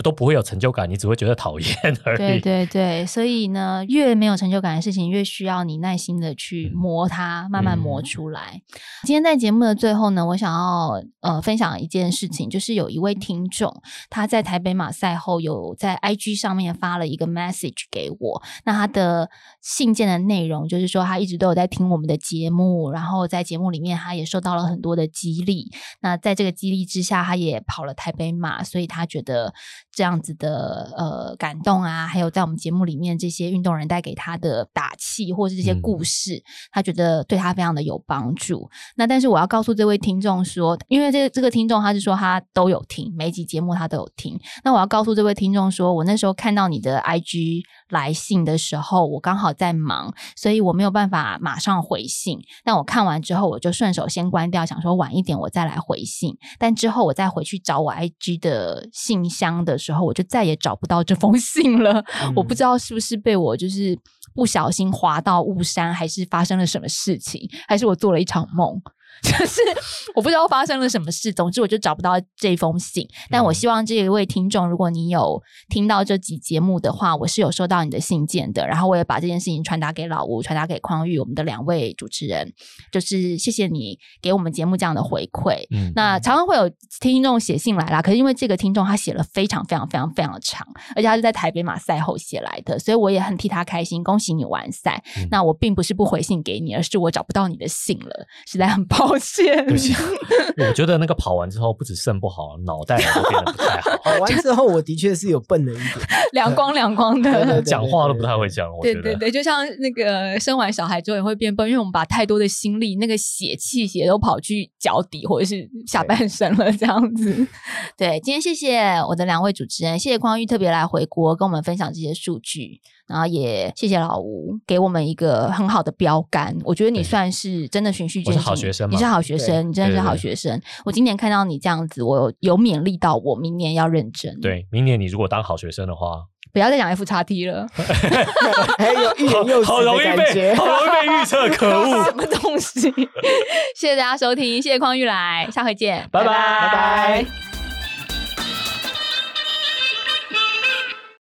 B: 都不会有成就感，你只会觉得讨厌而已。
A: 对对对，所以呢，越没有成就感的事情，越需要你耐心的去磨它，慢慢磨
B: 嗯
A: 出来。今天在节目的最后呢，我想要呃分享一件事情，就是有一位听众，他在台北马赛后有在 IG 上面发了一个 message 给我，那他的信件的内容就是说，他一直都有在听我们的节目，然后在节目里面他也受到了很多的激励。那在这个激励之下，他也跑了台北马，所以他觉得这样子的呃感动啊，还有在我们节目里面这些运动人带给他的打气，或是这些
B: 嗯
A: 故事，他觉得对他非常的有帮助。那但是我要告诉这位听众说，因为这个这个听众他是说他都有听每一集节目他都有听，那我要告诉这位听众说，我那时候看到你的 IG 来信的时候，我刚好在忙，所以我没有办法马上回信。但我看完之后，我就顺手先关掉，想说晚一点我再来回信。但之后我再回去找我 IG 的信箱的时候，我就再也找不到这封信了。我
B: 嗯
A: 不知道是不是被我就是不小心滑到雾山，还是发生了什么事情，还是我做了一场梦。 就是我不知道发生了什么事，总之我就找不到这封信。但我
B: 嗯
A: 希望这一位听众，如果你有听到这集节目的话，我是有收到你的信件的，然后我也把这件事情传达给老吴，传达给匡玉，我们的两位主持人，就是谢谢你给我们节目这样的回馈。
B: 嗯，
A: 那常常会有听众写信来啦，可是因为这个听众他写了非常非常非常非常的长，而且他是在台北马赛后写来的，所以我也很替他开心，恭喜你完赛。
B: 嗯
A: 那我并不是不回信给你，而是我找不到你的信了，实在很抱歉
B: 对。不起，啊 我觉得那个跑完之后，不止肾不好，脑袋也变得不 太好，
C: 跑完之后，我的确是有笨了 一点，
A: 两光两光
C: 对对
A: 的
C: 对。
B: 讲话都不太会讲。我觉
A: 对
B: 得，
A: 对对，就像那个生完小孩之后也会变笨，因为我们把太多的心力、那个血气血都跑去脚底或者是下半身了，这样子。 对，今天谢谢我的两位主持人，谢谢匡玉特别来回国跟我们分享这些数据，然后也谢谢老吴给我们一个很好的标杆。我觉得你
B: 对
A: 算是真的循序
B: 我
A: 渐
B: 是
A: 进，
B: 好学生
A: 你
B: 嘛
A: 是好学
C: 对
A: 生，你真的是
B: 对对
A: 好
B: 对
A: 学生。我今年看到你这样子，我有有勉励到我，明年要认真，，
B: 对，明年你如果当好学生的话，
A: 不要再讲 F 叉 T 了，
C: 还哎有欲言又止
B: 好容易
C: 的感
B: 被
C: 觉。
B: 好容易被预测，可恶！
A: 什么东西？谢谢大家收听，谢谢匡玉来，下回见，
B: 拜拜拜拜